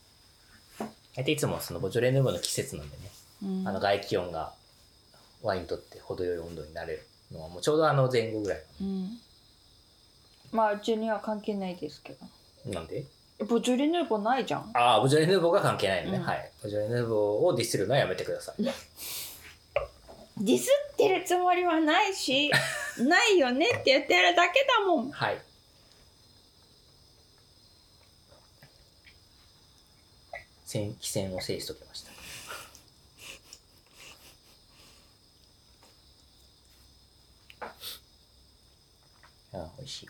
A: 大体いつもそのボジョレ・ヌーボーの季節なんでね、
B: うん、
A: あの外気温がワインにとって程よい温度になれるのはもうちょうどあの前後ぐらい
B: うん、まあうちには関係ないですけど
A: なんで
B: えボジョレ・ヌーボーないじゃん
A: ああボジョレ・ヌーボーが関係ないのね、
B: うん
A: はいボジョレ・ヌーボーをディスるのはやめてください
B: ディスってるつもりはな
A: (laughs)
B: いしないよねって言ってるだけだもん
A: はい戦棋戦を制しときましたあ美味しい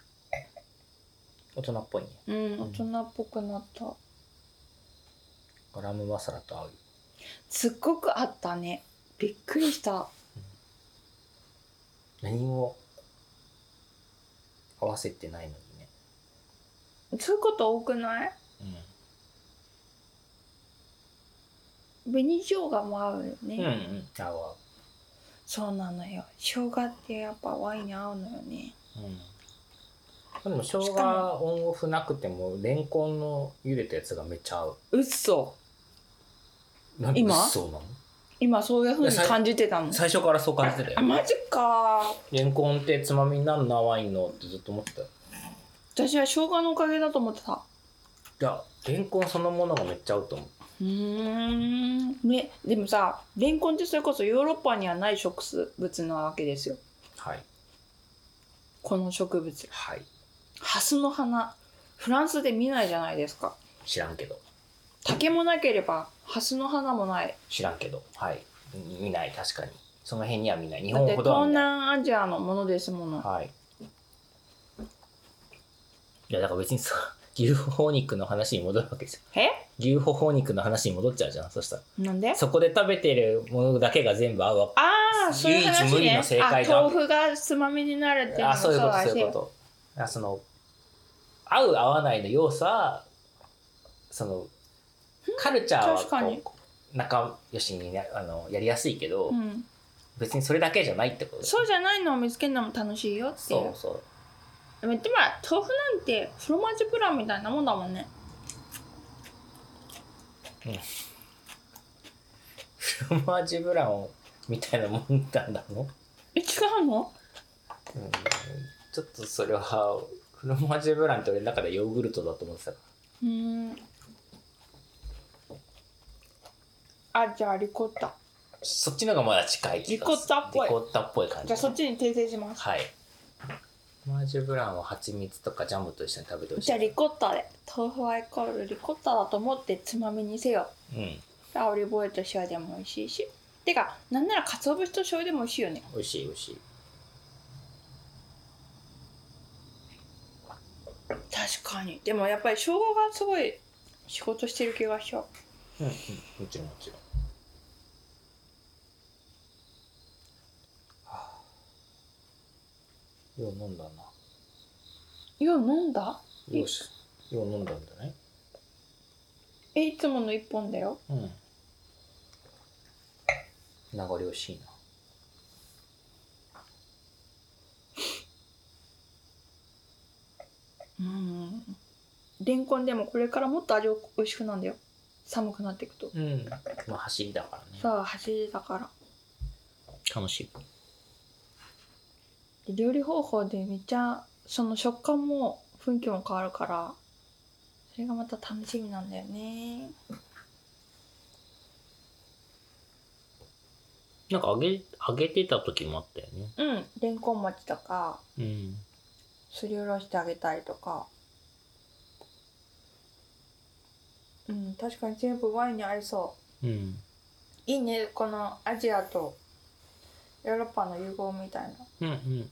A: 大人っぽいね
B: うん大人っぽくなった
A: ガラムマサラと合う
B: すっごくあったねびっくりした
A: 何も合わせてないのにね
B: そういうこと多くない紅生姜も合うよね、
A: うんうん合う合う
B: そうなのよ生姜ってやっぱワインに合うのよね
A: うん、でも生姜オンオフなくてもレンコンの茹でたやつがめっちゃ合う
B: うっそ
A: なんで
B: 今
A: そうなの
B: 今そういうふ
A: い
B: うに
A: やさい
B: 感じてたの
A: 最初からそう感じてた
B: あ
A: よ
B: マジか
A: レンコンってつまみになるなワインのってずっと思ってたよ
B: 私は生姜のおかげだと思ってた
A: いやレンコンそのものがめっちゃ合うと思う
B: うーんねでもさレンコンってそれこそヨーロッパにはない植物なわけですよ
A: はい
B: この植物
A: はい
B: ハスの花フランスで見ないじゃないですか
A: 知らんけど
B: 竹もなければハスの花もない
A: 知らんけどはいみ見ない確かにその辺には見ない日
B: だっ
A: 本
B: て
A: ほどは
B: 東
A: 見ない
B: 南アジアのものですもの
A: はいいやだから別にさ牛ほほ肉の話に戻るわけですよ
B: え
A: 牛ほほ肉の話に戻っちゃうじゃんそしたら
B: なんで
A: そこで食べてるものだけが全部合うわ
B: ああそういう
A: 唯
B: 話
A: 一無二
B: ね
A: の正解が
B: あ豆腐がつまみになるっていうの
A: あ
B: も
A: そういうこと
B: だし
A: そういうことだからその合う合わないの要素はそのカルチャーは
B: 確かに
A: こう仲良しにねあのやりやすいけど、
B: うん、
A: 別にそれだけじゃないってことだよ
B: そうじゃないのを見つけるのも楽しいよってい
A: そううそう
B: でも言ってみれば豆腐なんてフロマージュブランみたいなもんだもんね
A: フロマージュブランみたいなもんなんだの、
B: え違うの
A: うん、ちょっとそれはフロマージュブランって俺の中でヨーグルトだと思ってたか
B: うーんあじゃあリコッタ
A: らそっちの方がまだ近い気がする
B: リコッタっぽい
A: リコッタっぽい感じ
B: じゃあそっちに訂正します
A: はいフロマージュブランは蜂蜜とかジャムと一緒に食べてほしい
B: じゃあリコッタで豆腐はイコールリコッタだと思ってつまみにせよ
A: うん
B: オリーブオイルと塩でも美味しいしてかなんなら鰹節と醤油でも美味しいよね
A: 美味しい美味しい
B: 確かにでもやっぱり生姜がすごい仕事してる気がしちゃう
A: うんうんもちろんもちろんはあよう飲んだない
B: や飲んだ
A: よしよう飲んだんだね
B: えいつもの一本だよ
A: うん名残惜しいな
B: うんレンコンでもこれからもっと味を美味しくなんだよ寒くなっていくと
A: うんまあ走りだからね
B: さあ走りだから
A: 楽しい
B: で料理方法でめっちゃその食感も雰囲気も変わるからそれがまた楽しみなんだよね
A: なんか揚げ揚げてた時もあったよね
B: うんレンコン餅とか
A: うん
B: すりおろしてあげたりとかうん確かに全部ワインに合いそう
A: うん
B: いいねこのアジアとヨーロッパの融合みたいな
A: うんうん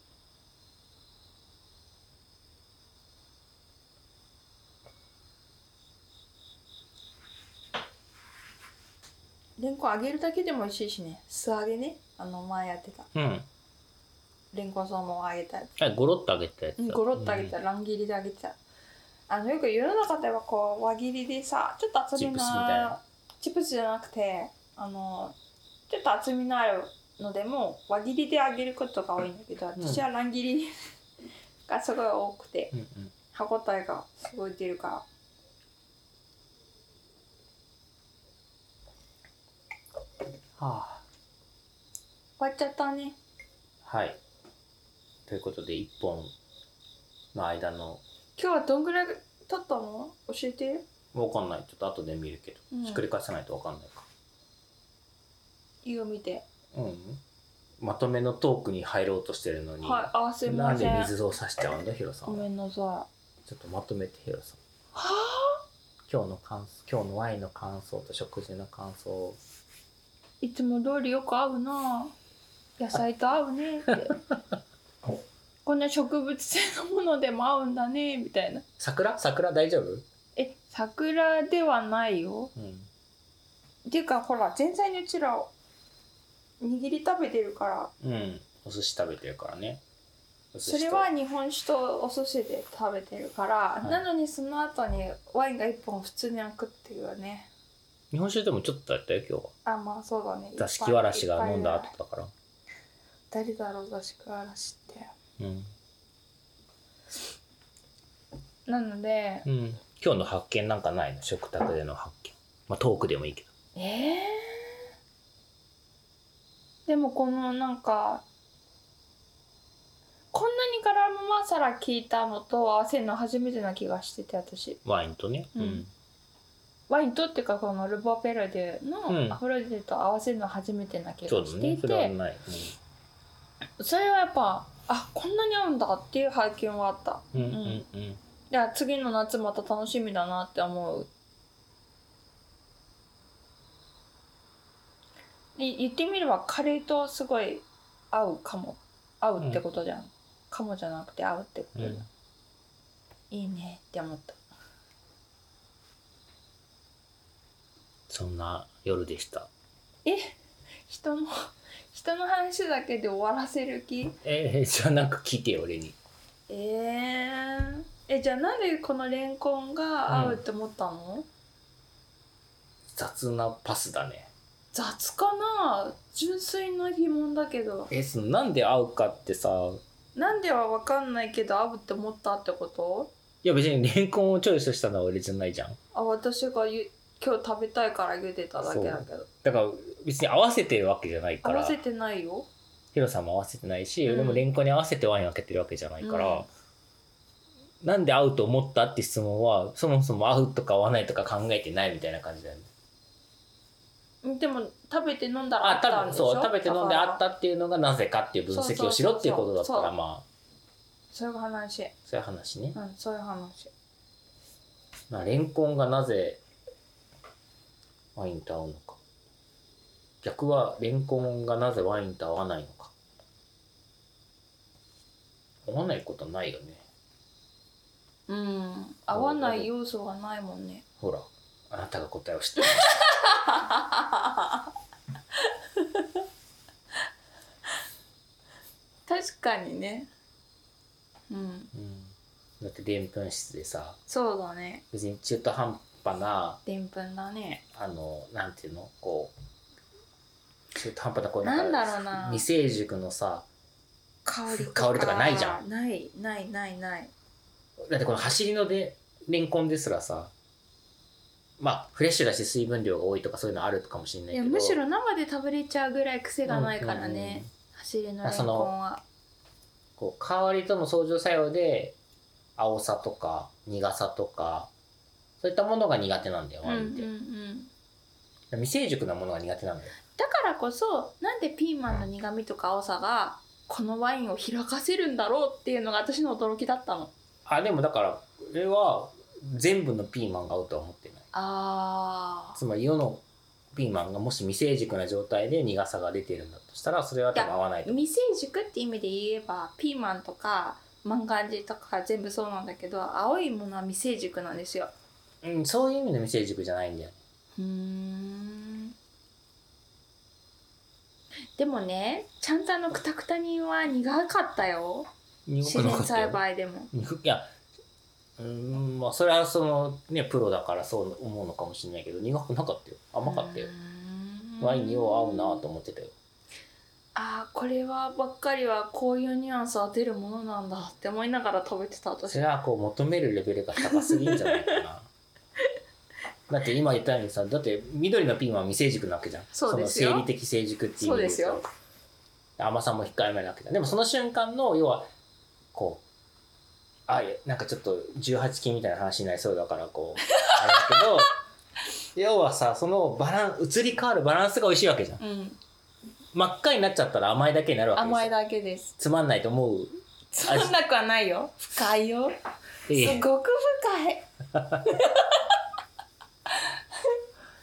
B: レンコン揚げるだけでも美味しいしね素揚げねあの前やってた
A: うん
B: レンコンそのまま揚げたやつ
A: あゴロッと揚げたやつ
B: うん
A: だ
B: ゴロッと揚げた、乱切りで揚げてたあのよく世の中ではこう輪切りでさちょっと厚
A: チ
B: みの
A: ップスみたいな
B: チップスじゃなくてあのちょっと厚みのあるのでも輪切りで揚げることが多いんだけど
A: うん
B: 私は乱切りがすごい多くて
A: うんうん
B: 歯ごたえがすごい出るから
A: は
B: 終わっちゃったね
A: あ、はい。ということで、一本の間の、
B: 今日はどんぐらい経ったの教えて
A: わかんない。ちょっと後で見るけど、
B: うん
A: ひっくり返さないとわかんないか。
B: いいよ見て
A: うん。まとめのトークに入ろうとしてるのに、
B: はいあすい
A: な
B: ま
A: んで
B: せん
A: 水をさしちゃうんだ、ヒロさん。
B: ごめんなさいは
A: ちょっとまとめて、ヒロさん。
B: あ
A: 今日の感想、今日のワインの感想と食事の感想。
B: いつも通りよく合うな野菜と合う
A: (laughs)
B: ねってこんな植物性のものでも合うんだねみたいな
A: 桜桜大丈夫
B: え桜ではないよ
A: うん。
B: っていうかほら前菜にうちら握り食べてるから
A: うん。お寿司食べてるからね。お寿
B: そ
A: 司と
B: れは日本酒とお寿司で食べてるから、
A: い
B: なのにその後にワインが1本普通に開くっていうね
A: 日本酒でもちょっとだったよ、今日は。
B: あまあそうだね
A: 座敷わらしが飲んだ
B: いっぱい
A: 後だから。
B: 誰だろう座敷わらしって
A: うん。
B: なので
A: うん、今日の発見なんかないの食卓での発見、まあ、トークでもいいけど
B: ええでもこのなんかこんなにガラムマサラ聞いたのと合わせるの初めてな気がしてて私
A: ワインとね、
B: うんワインとっていうかこのルボペルデュ
A: うん
B: のアフロディテと合わせるの初めてな気が
A: そうだ
B: して
A: ね
B: い
A: それは
B: て、
A: ない、
B: それはやっぱあこんなに合うんだっていう拝見はあった
A: うん、うんうんうん
B: じゃあ次の夏また楽しみだなって思うい言ってみればカレーとすごい合うかも合うってことじゃん、かもじゃなくて合うってこと
A: う
B: じゃ
A: ん
B: ん、いいねって思った
A: そんな夜でした。
B: え人の (laughs) 人の話だけで終わらせる気
A: えー、 (laughs) じゃあなんか聞いてよ俺に。
B: えー、えじゃあなんでこのレンコンが合うって思ったの、
A: 雑なパスだね。
B: 雑かな純粋な疑問だけど
A: え、そのなんで会うかってさ、
B: なんでは分かんないけど合うって思ったってこと
A: いや別にレンコンをチョイスしたのは俺じゃないじゃん。
B: あ私がゆ今日食べたいから茹でただけだけど
A: だから別に合わせてるわけじゃない
B: 合
A: から。
B: わせてないよ
A: ヒロさんも合わせてないし、
B: うん
A: 俺もレンコンに合わせてワイン開けてるわけじゃないから、なんで会うと思ったって質問はそもそも会うとか会わないとか考えてないみたいな感じだよね。
B: でも食べて飲んだらあ
A: あ
B: っ
A: 多
B: たんで
A: 分
B: しょ
A: そう食べて飲んで会っ
B: だから
A: たっていうのがなぜかっていう分析をしろっていうことだった
B: そうそうそう
A: ら
B: そ
A: まあ
B: そういう話
A: そういう話ね。
B: うんそういう話
A: まあレンコンがなぜワインと合うのか逆はレンコンがなぜワインと合わないのか合わないことないよね。
B: うん合わない要素がないもんね
A: ほら、あなたが答えを知ってる。
B: 確かにねうん
A: うんだってでんぷん質でさ
B: そうだね
A: 別に中途半端な
B: でんぷんだね
A: あのなんていうのこう中途半端なこう
B: なんだ
A: か
B: ろうな
A: 未成熟のさ
B: 香りとか
A: 香りとかないじゃん
B: ないないないない
A: だってこの走りのでレンコンですらさまあフレッシュだし水分量が多いとかそういうのあるかもしれないけ
B: いや
A: ど
B: むしろ生で食べれちゃうぐらい癖がないか
A: う
B: らね、
A: んうんうん
B: 走りの
A: あ
B: レン
A: そ
B: コ
A: の
B: ンは
A: こう香りとの相乗作用で青さとか苦さとかそういったものが苦手なんだよ
B: うん
A: ワ
B: う
A: イ
B: んう
A: ンって、
B: ん
A: 未成熟なものが苦手なんだよ
B: だからこそなんでピーマンの苦味とか青さがこのワインを開かせるんだろうっていうのが私の驚きだったの
A: あでもだから俺は全部のピーマンが合うとは思ってない
B: あ
A: つまり世のピーマンがもし未成熟な状態で苦さが出てるんだとしたらそれは多分合わないと思う
B: 未成熟って意味で言えばピーマンとかマンガンジとか全部そうなんだけど青いものは未成熟なんですよ
A: うん、そういう意味の未成熟じゃないんだよ
B: うーんでもねちゃんとあのクタクタには苦かったよ自然栽培でも
A: 苦いやうんまあそれはそのねプロだからそう思うのかもしれないけど苦くなかったよ甘かったよ
B: うーん
A: ワインによう合うなと思ってたよ
B: あーこれはばっかりはこういうニュアンスを当てるものなんだって思いながら食べてた
A: そ
B: 私
A: れはこう求めるレベルが高すぎんじゃないか
B: (laughs)
A: なだって今言ったようにさだって緑のピーマンは未成熟なわけじゃん
B: そうですよ
A: の生理的成熟っていう意味さ
B: そうで
A: 甘さも控えめなわけだでもその瞬間の要はこうあいやなんかちょっと18禁みたいな話になりそうだからこうあれだけど
B: (laughs)
A: 要はさそのバラン移り変わるバランスが美味しいわけじゃん
B: うん
A: 真っ赤になっちゃったら甘いだけになるわけですよ
B: 甘いだけです
A: つまんないと思う
B: つまんなくはないよ深いよす
A: ええ
B: ごく深い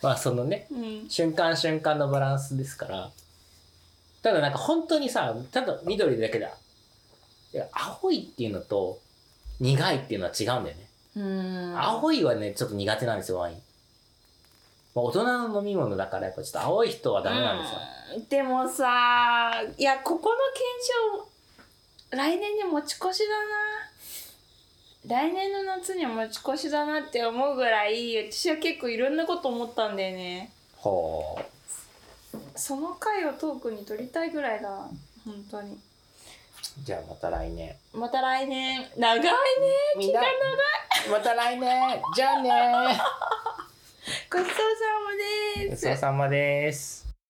A: まあそのね
B: うん
A: 瞬間瞬間のバランスですからただなんか本当にさただ緑だけだいや青いっていうのと苦いっていうのは違うんだよね
B: うん
A: 青いはねちょっと苦手なんですよワイン、まあ、大人の飲み物だからやっぱちょっと青い人はダメなんですよ、
B: うんでもさいやここの検証来年に持ち越しだな来年の夏に持ち越しだなって思うぐらい私は結構いろんなこと思ったんだよね
A: ほ
B: その回をトークに取りたいぐらいだ本当に
A: うじゃあまた来年
B: また来年長いね
A: みんなまた来年じゃあね
B: (laughs) ごちそうさまで
A: ごち
B: す
A: そうさまです